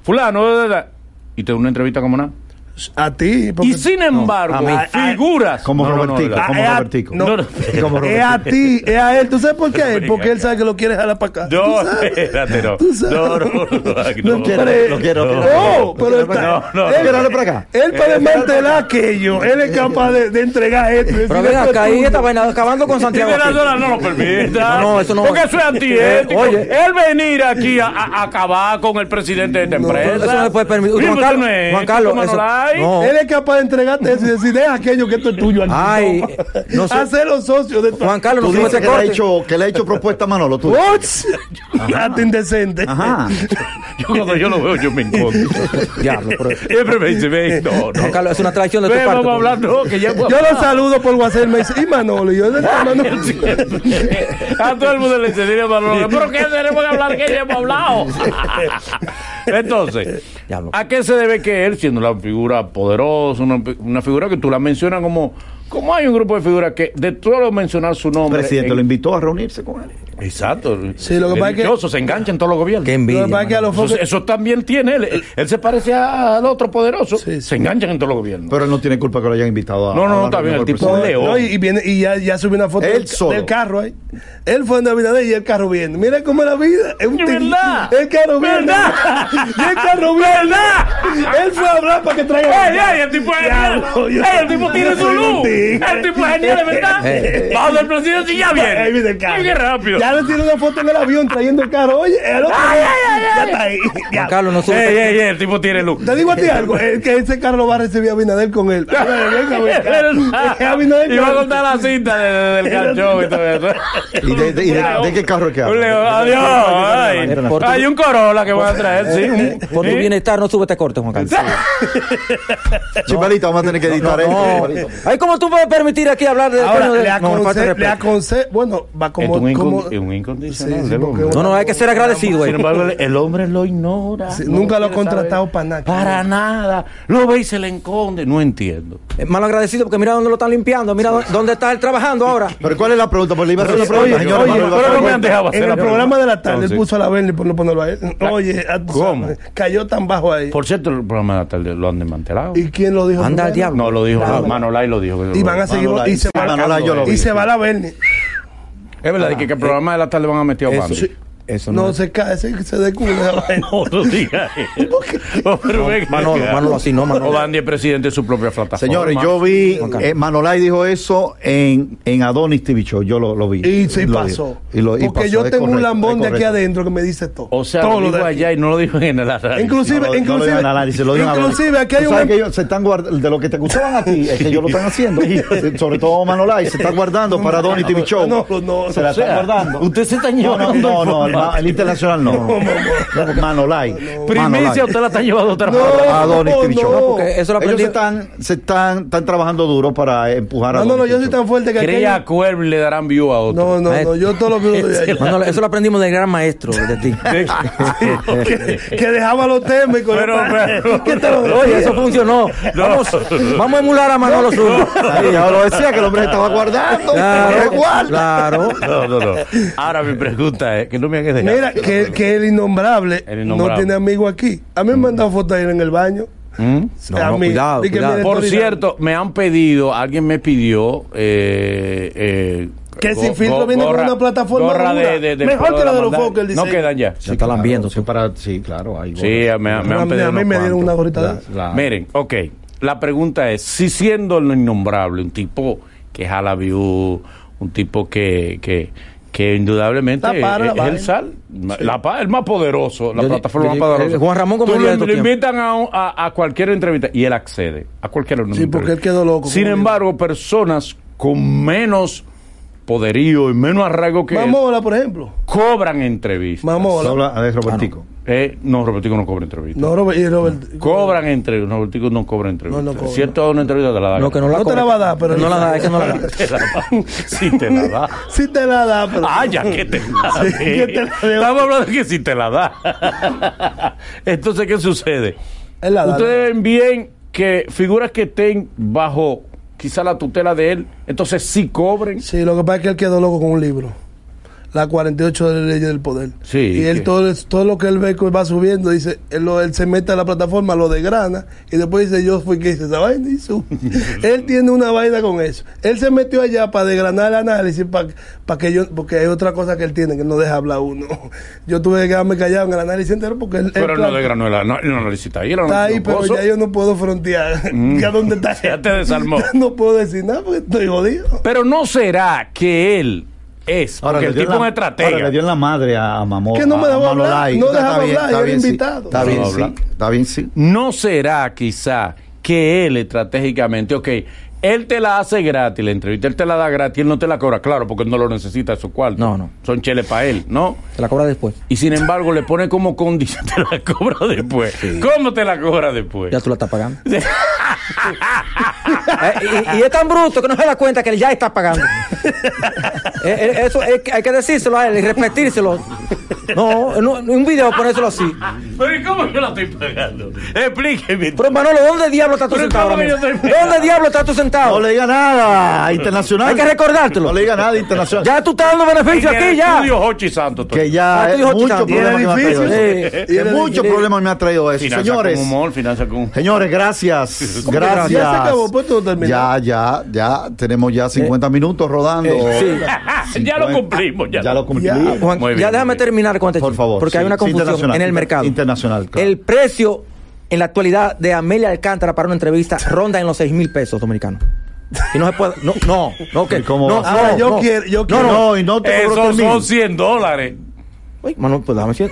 Speaker 3: Fulano, da, da, da, y te da una entrevista como nada.
Speaker 4: pues, A ti. porque-
Speaker 3: Y sin embargo, figuras.
Speaker 2: Como
Speaker 3: No, no, no,
Speaker 2: Robertico,
Speaker 3: la-
Speaker 2: como
Speaker 4: es a-
Speaker 2: Robertico.
Speaker 4: no,
Speaker 3: No, no.
Speaker 2: Como
Speaker 4: es
Speaker 2: Robertico.
Speaker 4: a ti, es a él. ¿Tú sabes por qué? a él? Porque él sabe que lo quiere jalar para acá.
Speaker 3: No,
Speaker 4: Tú sabes.
Speaker 3: espérate, no.
Speaker 4: Tú sabes.
Speaker 3: No, no, no, no,
Speaker 4: No
Speaker 3: eh, no.
Speaker 4: quiere-
Speaker 2: no quiero,
Speaker 4: No,
Speaker 2: no quiero.
Speaker 4: pero está.
Speaker 3: No, no, Eh,
Speaker 4: él-
Speaker 3: no.
Speaker 2: Dale para acá. eh,
Speaker 4: Él para desmantelar aquello, él es capaz de, de entregar esto. y
Speaker 5: Pero
Speaker 4: decir,
Speaker 5: ven
Speaker 4: "Esto es
Speaker 5: acá, ahí
Speaker 4: tuyo".
Speaker 5: esta vaina acabando con
Speaker 3: Y
Speaker 5: Santiago.
Speaker 3: de la
Speaker 5: aquí.
Speaker 3: zona no lo permita.
Speaker 5: No, no, eso no.
Speaker 3: Porque eso es antiético.
Speaker 5: Eh, oye.
Speaker 3: Él venir aquí a, a- a acabar con el presidente de esta empresa.
Speaker 5: Eso no se puede permitir.
Speaker 3: Mira,
Speaker 5: Juan
Speaker 3: eso
Speaker 5: Carlos,
Speaker 3: no es
Speaker 5: Juan
Speaker 3: ético,
Speaker 5: Carlos,
Speaker 3: Manolo
Speaker 5: eso-
Speaker 3: Ay.
Speaker 5: no.
Speaker 4: Él es capaz de entregarte eso y decir, deja aquello que esto es tuyo. aquí".
Speaker 5: Ay, no sé.
Speaker 4: Hacer los socios de tu.
Speaker 5: Juan Carlos,
Speaker 2: Tú
Speaker 5: nos fuimos
Speaker 2: dices
Speaker 5: a
Speaker 2: que
Speaker 5: ese
Speaker 2: le, ha
Speaker 5: corte.
Speaker 2: hecho, que le ha hecho propuesta a Manolo. Tú.
Speaker 4: Ups. Dato
Speaker 3: Oh.
Speaker 4: indecente.
Speaker 2: Ajá.
Speaker 3: Yo cuando yo lo veo, yo me encontro.
Speaker 5: Diablo, pero-
Speaker 3: Siempre me dice, ven, no, no.
Speaker 5: Juan Carlos, es una traición de tu
Speaker 3: Ven,
Speaker 5: parte. pues.
Speaker 3: vamos a hablar, no, que ya
Speaker 4: Yo lo saludo por WhatsApp y me dice, y Manolo, y yo ¿dónde está Manolo?
Speaker 3: A todo el mundo le diría Manolo, pero ¿qué tenemos que hablar que ya hemos hablado? Entonces,
Speaker 5: Diablo.
Speaker 3: ¿a qué se debe que él, siendo la figura poderosa, una, una figura que tú la mencionas como, como hay un grupo de figuras que de todo mencionar su
Speaker 2: El
Speaker 3: nombre?
Speaker 2: presidente
Speaker 3: en-
Speaker 2: lo invitó a reunirse con él.
Speaker 3: Exacto.
Speaker 4: Sí, lo que pasa es que-
Speaker 3: Delicioso, se enganchan todos los gobiernos.
Speaker 5: Qué envidia.
Speaker 4: Lo que pasa es que a
Speaker 5: mano.
Speaker 4: los
Speaker 3: Eso,
Speaker 4: focos.
Speaker 3: eso también tiene él. Él, él se parece a- al otro poderoso.
Speaker 4: Sí, sí.
Speaker 3: Se enganchan en todos los gobiernos.
Speaker 2: Pero él no tiene culpa que lo hayan invitado a.
Speaker 3: No, no,
Speaker 2: a
Speaker 3: no,
Speaker 2: la
Speaker 3: está bien,
Speaker 2: reunión
Speaker 3: el
Speaker 2: del
Speaker 3: tipo
Speaker 2: presidente.
Speaker 3: Leo.
Speaker 4: No, y, y viene, y ya, ya subí una foto
Speaker 2: Él
Speaker 4: del,
Speaker 2: solo.
Speaker 4: del carro ahí. Él fue en Navidad y el carro viene. Mira cómo es la vida. Es un
Speaker 3: Es
Speaker 4: tigre.
Speaker 3: verdad.
Speaker 4: El carro viene.
Speaker 3: ¿Verdad?
Speaker 4: Y el carro viene. Él fue a hablar para que traiga.
Speaker 3: ¡Ey, ey! El tipo es genial.
Speaker 4: Diablo, yo-
Speaker 3: Ey, el tipo tiene
Speaker 4: yo
Speaker 3: su
Speaker 4: soy un
Speaker 3: luz.
Speaker 4: tigre.
Speaker 3: El tipo es genial, de
Speaker 4: Eh.
Speaker 3: verdad. Bajo del presidente y ya viene.
Speaker 4: Ahí viene el carro.
Speaker 3: Qué rápido.
Speaker 4: Ya le tiró una foto en el avión trayendo el carro. Oye, el otro.
Speaker 3: Ay, ay, ay,
Speaker 4: ya
Speaker 3: ay.
Speaker 4: está ahí.
Speaker 5: Juan
Speaker 4: Ya.
Speaker 5: Carlos, no sube. este
Speaker 3: ¡Ey, ey, ey! El tipo tiene luz.
Speaker 4: Te digo a ti algo, el que ese carro lo va a recibir Abinader con él.
Speaker 3: Es verdad.
Speaker 4: Abinader
Speaker 3: Y va a
Speaker 4: con
Speaker 3: contar la cinta de- de- del canchón y todo eso.
Speaker 2: ¿Y de, de- y de- de qué carro es que
Speaker 3: Un León,
Speaker 2: habla?
Speaker 3: adiós. Ay,
Speaker 5: Por-
Speaker 3: Hay un Corolla que voy a traer, sí. un-
Speaker 5: Por tu
Speaker 3: sí.
Speaker 5: bienestar, no sube este corte, Juan Carlos.
Speaker 2: Chimalita, vamos a tener que editar
Speaker 5: No.
Speaker 2: esto.
Speaker 5: Ay, ¿cómo tú puedes permitir aquí hablar de
Speaker 4: Ahora,
Speaker 5: coño, de-
Speaker 4: le
Speaker 5: no, me falta
Speaker 4: aconsejo, le
Speaker 5: respeto.
Speaker 4: aconsejo, bueno, va como...
Speaker 3: es un,
Speaker 4: como-
Speaker 3: incondi- un incondicional.
Speaker 4: Sí, sí,
Speaker 3: del
Speaker 4: porque
Speaker 3: hombre.
Speaker 4: uno-
Speaker 5: No, no, hay que ser agradecido, eh. güey.
Speaker 3: Sin embargo, el- el hombre lo ignora.
Speaker 4: Sí,
Speaker 3: no
Speaker 4: nunca lo ha
Speaker 3: quiere
Speaker 4: contratado
Speaker 3: saber.
Speaker 4: para nada.
Speaker 3: Para nada. Lo ve y se le enconde. No entiendo.
Speaker 5: Eh, Mal agradecido porque mira dónde lo están limpiando, mira dónde- dónde está él trabajando ahora.
Speaker 2: Pero ¿cuál es la pregunta? Pues le iba a hacer una pregunta.
Speaker 4: Oye,
Speaker 2: señor
Speaker 4: oye,
Speaker 2: Manuel
Speaker 3: pero no me han
Speaker 2: Lafuente.
Speaker 3: dejado hacer
Speaker 4: En
Speaker 3: la
Speaker 4: el
Speaker 3: pregunta.
Speaker 4: programa de la tarde, él
Speaker 3: Entonces,
Speaker 4: puso a la Bernie por no ponerlo a él. Oye, a-
Speaker 3: ¿Cómo?
Speaker 4: Cayó tan bajo ahí.
Speaker 3: Por cierto, el programa de la tarde lo han desmantelado.
Speaker 4: ¿Y quién lo dijo?
Speaker 5: Anda al
Speaker 4: primero?
Speaker 5: diablo.
Speaker 3: No, lo dijo Manolay, lo dijo.
Speaker 4: Y van a seguir,
Speaker 2: Manolay,
Speaker 4: y se
Speaker 2: sí, Manolay, yo lo
Speaker 4: va, y
Speaker 2: vi.
Speaker 4: se va la Bernie.
Speaker 3: Es verdad que, que el programa de la tarde van a meter a Bambi.
Speaker 5: Eso
Speaker 4: No, se cae, se, se descubre.
Speaker 3: No, no digas eso. No, Oh, pero ven
Speaker 5: Manolo,
Speaker 3: acá.
Speaker 5: Manolo, así no, Manolo.
Speaker 3: O Bambi es presidente de su propia plataforma.
Speaker 2: Señores, yo vi, eh, Manolay dijo eso en, en Adonis TV Show, yo lo, lo vi.
Speaker 4: Y sí
Speaker 2: Lo
Speaker 4: pasó.
Speaker 2: vi. Y lo- y
Speaker 4: Porque
Speaker 2: pasó,
Speaker 4: yo
Speaker 2: es
Speaker 4: tengo un
Speaker 2: correcto,
Speaker 4: lambón
Speaker 2: es
Speaker 4: de aquí
Speaker 2: correcto.
Speaker 4: adentro que me dice todo.
Speaker 3: O sea,
Speaker 4: todo
Speaker 3: lo dijo
Speaker 4: de aquí.
Speaker 3: allá y no lo dijo en el radio.
Speaker 2: No
Speaker 4: Inclusive,
Speaker 2: lo- no lo
Speaker 4: inclusive,
Speaker 2: digan al aire, se lo digan al aire.
Speaker 4: inclusive aquí hay
Speaker 2: Tú
Speaker 4: un... em-
Speaker 2: sabes que ellos se están guardando, de lo que te gustaban a ti, es que ellos lo están haciendo. Sobre todo Manolay, se está guardando para Adonis TV Show.
Speaker 4: No, no,
Speaker 2: se la
Speaker 4: o sea,
Speaker 2: está guardando.
Speaker 3: Usted se está
Speaker 2: No, no,
Speaker 3: llevando.
Speaker 2: no, no, el, ma- el internacional no. Manolay.
Speaker 3: Primicia,
Speaker 2: Manolay.
Speaker 3: usted la está llevando otra
Speaker 4: No,
Speaker 3: vez.
Speaker 2: Adonis
Speaker 4: no,
Speaker 2: TV Show.
Speaker 4: no.
Speaker 2: No,
Speaker 5: porque eso lo
Speaker 2: Ellos
Speaker 5: aprendí.
Speaker 2: se están, se están, están trabajando duro para empujar a
Speaker 4: No, no, no,
Speaker 2: Adonis
Speaker 4: yo
Speaker 2: TV
Speaker 4: soy
Speaker 2: Show.
Speaker 4: tan fuerte que aquí hay
Speaker 3: Creía
Speaker 4: un-
Speaker 3: a Cuervo y le darán view a otro.
Speaker 4: No, no, no,
Speaker 5: Maestro.
Speaker 4: yo todos los minutos de allá.
Speaker 5: Manolo, eso lo aprendimos del gran maestro de ti.
Speaker 4: que, que dejaba los temas y con
Speaker 3: Pero, pero-
Speaker 4: ¿Qué te lo
Speaker 5: Oye, eso funcionó. Vamos, vamos a emular a Manolo Sur.
Speaker 2: Ahí, ya lo decía que el hombre se estaba guardando.
Speaker 5: Claro,
Speaker 2: Igual.
Speaker 5: claro.
Speaker 3: No, no, no. Ahora mi pregunta es que no me hagas dejar.
Speaker 4: Mira, que, que el, innombrable
Speaker 3: El innombrable.
Speaker 4: no tiene amigo aquí. A mí me han mandado fotos ayer en el baño.
Speaker 3: ¿Mm?
Speaker 5: No, no, cuidado,
Speaker 4: Di que
Speaker 5: cuidado.
Speaker 4: mire,
Speaker 3: Por
Speaker 4: Tony,
Speaker 3: cierto, me han pedido, alguien me pidió. Eh, eh,
Speaker 4: Que
Speaker 3: go-
Speaker 4: Sin Filtro
Speaker 3: go-
Speaker 4: viene con una plataforma
Speaker 3: gorra
Speaker 4: dura.
Speaker 3: de, de- de-
Speaker 4: Mejor que la de los
Speaker 3: mandar-
Speaker 4: Fokker, dice
Speaker 3: No
Speaker 4: él.
Speaker 3: quedan ya.
Speaker 5: Se están viendo.
Speaker 2: Sí, para, sí, claro. Hay
Speaker 3: Sí, me, me
Speaker 4: A
Speaker 3: han
Speaker 4: mí-
Speaker 3: pedido.
Speaker 4: a mí
Speaker 3: unos
Speaker 4: me dieron
Speaker 3: cuantos.
Speaker 4: una gorrita de esas.
Speaker 2: La-
Speaker 3: Miren, ok. La pregunta es, si siendo lo innombrable, un tipo que jala view, un tipo que, que, que indudablemente
Speaker 4: La para,
Speaker 3: es,
Speaker 4: la
Speaker 3: es el
Speaker 4: para.
Speaker 3: sal, ma- la para, el más poderoso, la
Speaker 5: Yo di-
Speaker 3: plataforma
Speaker 5: yo
Speaker 3: más
Speaker 5: di-
Speaker 3: poderosa.
Speaker 5: eh, Juan Ramón, como
Speaker 3: Tú
Speaker 5: yo de
Speaker 3: lo,
Speaker 5: tu
Speaker 3: lo
Speaker 5: tiempo.
Speaker 3: invitan a, un- a, a cualquier entrevista y él accede, a cualquier
Speaker 4: Sí, porque él quedó loco.
Speaker 3: Sin
Speaker 4: como
Speaker 3: embargo, personas con menos poderío y menos arraigo que él,
Speaker 4: Mamola, por ejemplo.
Speaker 3: cobran entrevistas.
Speaker 2: Se
Speaker 4: Mamola.
Speaker 2: habla de Robertico.
Speaker 3: Eh, no, Robertico no cobra entrevistas.
Speaker 4: No, Robert, y
Speaker 2: Mm.
Speaker 4: Robert-
Speaker 3: Cobran entrevistas. No, Robertico no cobra entrevistas.
Speaker 4: No, no cobra.
Speaker 3: Si él te da una entrevista, te la da.
Speaker 5: No, que no la
Speaker 4: No te la
Speaker 5: cobre.
Speaker 4: va a dar, pero-
Speaker 5: No la da, es que no la da.
Speaker 3: Te la da. si te la da.
Speaker 4: Sí te la da, pero...
Speaker 3: Ah, ya que te la
Speaker 4: Sí,
Speaker 3: dé.
Speaker 4: que te la dé.
Speaker 3: Estamos hablando de que si te la da. Entonces, ¿qué sucede?
Speaker 4: Él la da.
Speaker 3: Ustedes ven bien que figuras que estén bajo quizá la tutela de él, entonces sí cobren.
Speaker 4: Sí, lo que pasa es que él quedó loco con un libro. La 48 de leyes del poder.
Speaker 3: Sí,
Speaker 4: Y él
Speaker 3: ¿qué?
Speaker 4: todo, todo lo que él ve que va subiendo, dice, él, lo- él se mete a la plataforma, lo desgrana, y después dice, yo fui que hice esa vaina y sube. él tiene una vaina con eso. Él se metió allá para desgranar el análisis, para que yo, porque hay otra cosa que él tiene que no deja hablar uno. Yo tuve que quedarme callado en el análisis entero porque él... él
Speaker 3: Pero no
Speaker 4: plantea-
Speaker 3: de granuela, no, él no lo necesita ahí. él no
Speaker 4: Está ahí,
Speaker 3: necesita
Speaker 4: pero
Speaker 3: gozo.
Speaker 4: ya yo no puedo frontear. ¿Ya dónde está?
Speaker 3: Ya te desarmó.
Speaker 4: Ya no puedo decir nada porque estoy jodido.
Speaker 3: Pero no será que él es, porque
Speaker 2: le
Speaker 3: el
Speaker 2: dio
Speaker 3: tipo
Speaker 2: en la-
Speaker 3: es un
Speaker 2: ahora
Speaker 3: estratega.
Speaker 2: le dio en la madre a, a Mamó.
Speaker 4: Que no me
Speaker 2: a- a
Speaker 4: dejó hablar,
Speaker 2: Manolay.
Speaker 4: no
Speaker 2: Está-
Speaker 4: dejaba
Speaker 2: está bien,
Speaker 4: hablar,
Speaker 2: está
Speaker 4: yo era
Speaker 2: bien, sí.
Speaker 4: invitado.
Speaker 2: Está
Speaker 3: No
Speaker 2: bien,
Speaker 3: habla.
Speaker 2: sí. Está bien, sí.
Speaker 3: ¿No será quizá que él estratégicamente, ok, él te la hace gratis la entrevista, él te la da gratis, él no te la cobra, claro, porque él no lo necesita esos cuartos.
Speaker 5: No, no.
Speaker 3: Son cheles para él, ¿no?
Speaker 5: Te la cobra después.
Speaker 3: Y sin embargo le pone como condición, te la cobra después. ¿Cómo te la cobra después?
Speaker 5: Ya tú la estás pagando. Eh, y, y es tan bruto que no se da cuenta que él ya está pagando. Eh, eh, eso es que hay que decírselo a él y repetírselo. No, no, un video ponérselo así.
Speaker 3: Ah, Pero ¿y cómo yo la estoy pagando? Explíqueme.
Speaker 5: Pero Manolo, ¿dónde diablo está tu
Speaker 3: Pero
Speaker 5: centavo?
Speaker 3: ¿cómo
Speaker 5: ahora
Speaker 3: que yo
Speaker 5: mismo?
Speaker 3: estoy pegado?
Speaker 5: ¿Dónde diablo está tu centavo?
Speaker 2: No le diga nada internacional.
Speaker 5: Hay que recordártelo.
Speaker 2: No le diga nada internacional.
Speaker 5: Ya tú estás dando beneficio aquí, ya.
Speaker 3: Estudio Hochi Santos.
Speaker 2: que
Speaker 5: Ah,
Speaker 2: ya
Speaker 5: tú
Speaker 2: es
Speaker 5: dijo
Speaker 2: muchos
Speaker 5: Chitán. Y
Speaker 2: problemas que me ha traído
Speaker 5: difícil.
Speaker 2: eso. Que
Speaker 5: Eh,
Speaker 2: Muchos
Speaker 5: eh,
Speaker 2: problemas me ha traído eso.
Speaker 3: Finanza
Speaker 2: Señores,
Speaker 3: con humor, finanza con...
Speaker 2: señores, gracias.
Speaker 5: que
Speaker 2: Gracias.
Speaker 4: Ya se acabó, pues todo terminó.
Speaker 2: Ya, ya, ya. Tenemos ya 50 minutos rodando.
Speaker 5: eh, sí.
Speaker 3: Ya lo cumplimos, ya.
Speaker 2: Ya lo
Speaker 4: Ya,
Speaker 2: cumplimos.
Speaker 5: Juan,
Speaker 3: Muy bien,
Speaker 5: ya
Speaker 3: muy
Speaker 5: déjame
Speaker 3: bien.
Speaker 5: terminar con este
Speaker 2: Por
Speaker 5: chisme,
Speaker 2: favor,
Speaker 5: Porque
Speaker 2: sí,
Speaker 5: hay una
Speaker 2: sí,
Speaker 5: confusión
Speaker 2: internacional,
Speaker 5: en el
Speaker 2: inter-
Speaker 5: mercado.
Speaker 2: internacional, claro.
Speaker 5: El precio en la actualidad de Amelia Alcántara para una entrevista ronda en los 6 mil pesos dominicanos. Y no se puede. No, no, no, que.
Speaker 2: ¿Y cómo
Speaker 5: no,
Speaker 2: va? Ah,
Speaker 4: Ahora,
Speaker 5: no,
Speaker 4: yo
Speaker 5: no.
Speaker 4: quiero- yo
Speaker 2: No,
Speaker 4: quiero-
Speaker 2: no, y no te cobro tres
Speaker 3: Esos
Speaker 2: mil.
Speaker 3: son 100 dólares.
Speaker 5: Uy, Manolo, pues dame 100,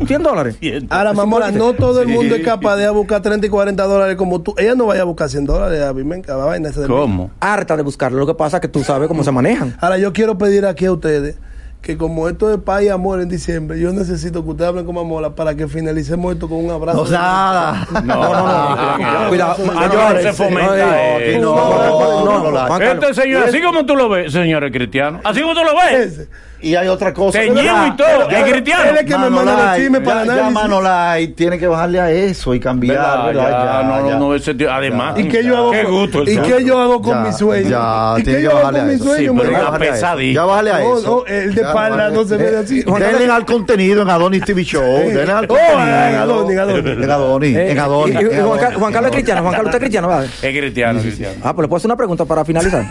Speaker 5: y- 100 dólares.
Speaker 4: Ahora, mamona, no todo el mundo es capaz de ir a buscar 30 y 40 dólares como tú. Ella no vaya a buscar 100 dólares a mí me encanta la vaina esa de-
Speaker 3: ¿Cómo?
Speaker 5: Harta de buscarlo. Lo que pasa es que tú sabes cómo se manejan.
Speaker 4: Ahora, yo quiero pedir aquí a ustedes que como esto es paz y amor en diciembre, yo necesito que ustedes hablen con Mamola para que finalicemos esto con un abrazo.
Speaker 2: No, Ah, nada.
Speaker 3: No, no,
Speaker 5: no. Cuidado,
Speaker 3: no,
Speaker 5: señores,
Speaker 3: se fomenta
Speaker 5: no,
Speaker 3: eso.
Speaker 2: eh, no,
Speaker 5: no, no,
Speaker 2: no,
Speaker 5: Juan Carlos.
Speaker 3: Este señor, así como tú lo ves, señores cristianos, así como tú lo ves,
Speaker 4: Ese.
Speaker 2: Y hay otra cosa.
Speaker 3: Teñido y todo, es cristiano.
Speaker 4: Él es que me manda los
Speaker 2: Manolay,
Speaker 4: chismes para
Speaker 2: ya, ya
Speaker 4: análisis.
Speaker 2: Manolay tiene que bajarle a eso y cambiar.
Speaker 3: ¿Verdad?
Speaker 2: ¿verdad?
Speaker 3: Ya,
Speaker 2: Ya,
Speaker 3: no,
Speaker 2: ya.
Speaker 3: no, ese tío- además,
Speaker 4: ¿Y qué yo hago
Speaker 3: Ah, qué
Speaker 4: con,
Speaker 3: gusto el
Speaker 4: ¿y
Speaker 3: señor.
Speaker 4: qué yo hago con
Speaker 2: Ya,
Speaker 4: mi sueño?
Speaker 2: ya,
Speaker 4: ¿Y
Speaker 2: tiene
Speaker 4: qué
Speaker 2: que
Speaker 4: yo hago
Speaker 2: bajarle a
Speaker 4: con mi
Speaker 2: eso.
Speaker 4: sueño?
Speaker 3: Sí, pero
Speaker 4: Manuel?
Speaker 3: una
Speaker 2: bájale a eso.
Speaker 3: pesadilla.
Speaker 2: Ya bájale a
Speaker 4: No,
Speaker 2: eso.
Speaker 4: no, el de
Speaker 2: Ya,
Speaker 4: espalda
Speaker 2: bájale
Speaker 4: no
Speaker 2: a eso.
Speaker 4: se
Speaker 2: Eh,
Speaker 4: ve así. Juan
Speaker 2: Denle
Speaker 4: Carlos-
Speaker 2: al contenido en Adonis TV Show. Denle al
Speaker 4: Oh,
Speaker 2: contenido.
Speaker 4: en Adonis, en Adonis.
Speaker 2: En Adonis.
Speaker 5: Eh,
Speaker 2: En
Speaker 5: y-
Speaker 2: Adonis.
Speaker 5: y- y
Speaker 2: en Ah,
Speaker 5: Juan, Car-
Speaker 2: Adonis.
Speaker 5: Juan Carlos es cristiano. Juan Carlos, ¿usted es cristiano? ¿vale?
Speaker 3: Es cristiano, cristiano.
Speaker 5: Ah, pues le puedo hacer una pregunta para finalizar.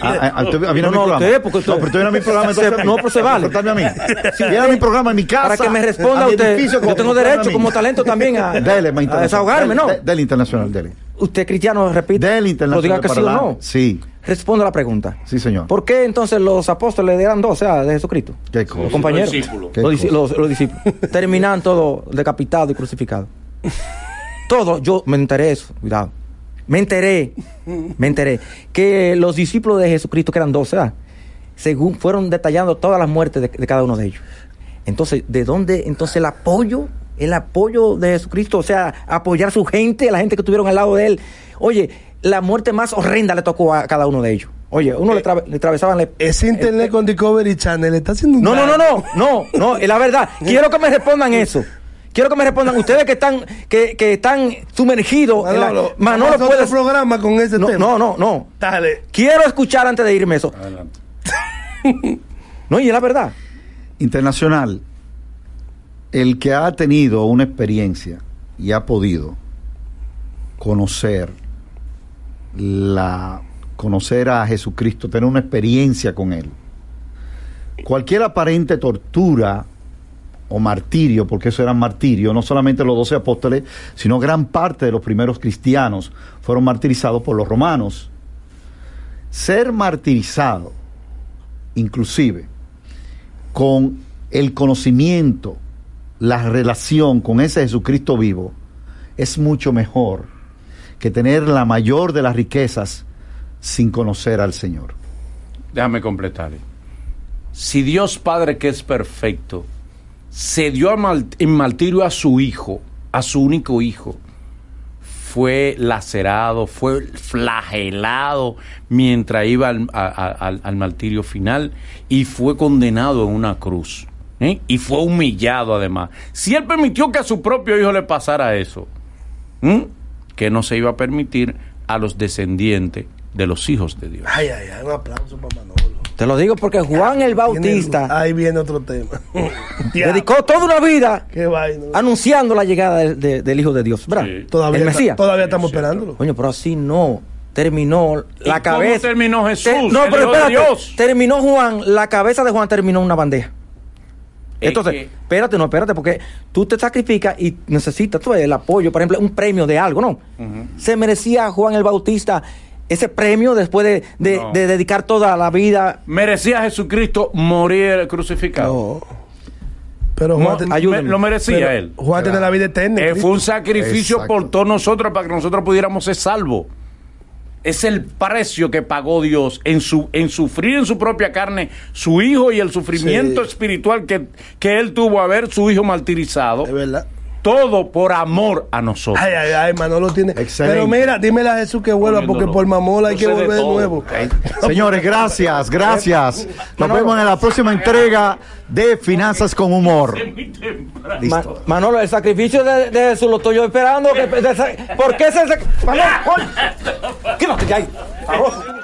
Speaker 2: Ah, ah, ¿tú vienes a
Speaker 5: No,
Speaker 2: mi
Speaker 5: no,
Speaker 2: programa?
Speaker 5: usted, porque usted-
Speaker 2: No, pero tú vienes a mi programa.
Speaker 5: Se-
Speaker 2: entonces-
Speaker 5: no, pero se vale.
Speaker 2: Contarme a mí. Viene a mi programa, en mi casa.
Speaker 5: Para que me
Speaker 2: a
Speaker 5: responda
Speaker 2: mi
Speaker 5: usted.
Speaker 2: edificio,
Speaker 5: Yo tengo
Speaker 2: contarme a
Speaker 5: derecho
Speaker 2: mí.
Speaker 5: como talento también a,
Speaker 2: Dele, ma,
Speaker 5: a
Speaker 2: internacional.
Speaker 5: desahogarme, ¿no?
Speaker 2: Dele, dele, internacional, dele.
Speaker 5: Usted, cristiano, repite.
Speaker 2: Dele, internacional.
Speaker 5: Lo diga que
Speaker 2: para
Speaker 5: sí o
Speaker 2: adelante.
Speaker 5: no.
Speaker 2: Sí,
Speaker 5: Respondo la pregunta.
Speaker 2: sí, señor.
Speaker 5: ¿Por qué entonces los apóstoles eran dos, o sea, de Jesucristo?
Speaker 2: Qué
Speaker 5: Los
Speaker 2: cosa.
Speaker 5: compañeros.
Speaker 3: discípulos.
Speaker 2: Qué
Speaker 5: Los, disci-
Speaker 2: cosa.
Speaker 5: los- los discípulos. Terminaban todos decapitados y crucificados. Todo, yo me enteré de eso, cuidado. Me enteré, me enteré, que los discípulos de Jesucristo, que eran dos, o sea, según fueron detallando todas las muertes de, de cada uno de ellos. Entonces, ¿de dónde entonces el apoyo? El apoyo de Jesucristo, o sea, apoyar a su gente, a la gente que estuvieron al lado de él. Oye, la muerte más horrenda le tocó a cada uno de ellos. Oye, uno le, tra- le atravesaban... le-
Speaker 4: Ese internet con Discovery Channel está haciendo un
Speaker 5: no, no,
Speaker 4: daño.
Speaker 5: no, no, no, no, es la verdad. Quiero que me respondan eso. Quiero que me respondan ustedes que están que, que están sumergidos en la-
Speaker 4: Manolo,
Speaker 5: Manolo
Speaker 4: vamos a
Speaker 5: puede
Speaker 4: otro programa con ese
Speaker 5: No,
Speaker 4: tema.
Speaker 5: no, no, no.
Speaker 4: Dale.
Speaker 5: Quiero escuchar antes de irme eso. No, y es la verdad.
Speaker 2: internacional, el que ha tenido una experiencia y ha podido conocer la conocer a Jesucristo, tener una experiencia con él. Cualquier aparente tortura o martirio, porque eso eran martirio, no solamente los doce apóstoles, sino gran parte de los primeros cristianos fueron martirizados por los romanos. Ser martirizado, inclusive, con el conocimiento, la relación con ese Jesucristo vivo, es mucho mejor que tener la mayor de las riquezas sin conocer al Señor.
Speaker 3: Déjame completar. Si Dios Padre, que es perfecto, se dio a mal- en martirio a su hijo, a su único hijo, fue lacerado, fue flagelado mientras iba al, a- a- al- al martirio final y fue condenado en una cruz. ¿eh? Y fue humillado además. Si él permitió que a su propio hijo le pasara eso, ¿m? que no se iba a permitir a los descendientes de los hijos de Dios.
Speaker 4: Ay, ay, ay, un aplauso para Manolo.
Speaker 5: Te lo digo porque Juan
Speaker 4: Viene-
Speaker 5: el Bautista
Speaker 4: ahí viene otro tema. Ya.
Speaker 5: dedicó toda una vida
Speaker 4: Qué vaina.
Speaker 5: anunciando la llegada de- de- del Hijo de Dios, ¿verdad?
Speaker 4: Todavía,
Speaker 5: Ah, el
Speaker 4: está-
Speaker 5: Mesías.
Speaker 4: todavía estamos esperándolo.
Speaker 5: Coño, pero así no. Terminó
Speaker 3: ¿Y
Speaker 5: la
Speaker 3: cómo
Speaker 5: cabeza.
Speaker 3: terminó Jesús, el
Speaker 5: no,
Speaker 3: Hijo
Speaker 5: pero
Speaker 3: de
Speaker 5: espérate.
Speaker 3: Dios?
Speaker 5: Terminó Juan, la cabeza de Juan terminó en una bandeja.
Speaker 3: Es
Speaker 5: Entonces,
Speaker 3: que-
Speaker 5: espérate, no, espérate, porque tú te sacrificas y necesitas tú, el apoyo, por ejemplo, un premio de algo, ¿no? Se merecía Juan el Bautista ese premio después de, de-
Speaker 3: No.
Speaker 5: de dedicar toda la vida.
Speaker 3: ¿Merecía Jesucristo morir crucificado?
Speaker 4: No. Pero
Speaker 5: No,
Speaker 4: Juan, ten-
Speaker 5: ayúdame.
Speaker 3: Me- lo merecía
Speaker 4: pero
Speaker 3: él.
Speaker 4: Juan tiene la vida eterna.
Speaker 3: Eh,
Speaker 4: Cristo.
Speaker 3: fue un sacrificio
Speaker 2: Exacto.
Speaker 3: por todos nosotros para que nosotros pudiéramos ser salvos. Es el precio que pagó Dios en, su, en sufrir en su propia carne su hijo y el sufrimiento
Speaker 4: Sí.
Speaker 3: espiritual que, que él tuvo a ver su hijo martirizado.
Speaker 4: Es verdad.
Speaker 3: todo por amor a nosotros.
Speaker 4: Ay, ay, ay, Manolo tiene.
Speaker 2: Excelente.
Speaker 4: Pero mira, dímele a Jesús que vuelva, porque por mamola hay
Speaker 3: Yo
Speaker 4: que
Speaker 3: sé de
Speaker 4: volver de
Speaker 3: todo.
Speaker 4: nuevo.
Speaker 2: Señores, gracias, gracias. Nos vemos en la próxima entrega de Finanzas con Humor.
Speaker 5: Ma-
Speaker 2: Listo.
Speaker 5: Manolo, el sacrificio de, de Jesús lo estoy yo esperando. que- de- de- ¿Por qué se.? Manolo, oye. ¿Qué no te cae? Arroz.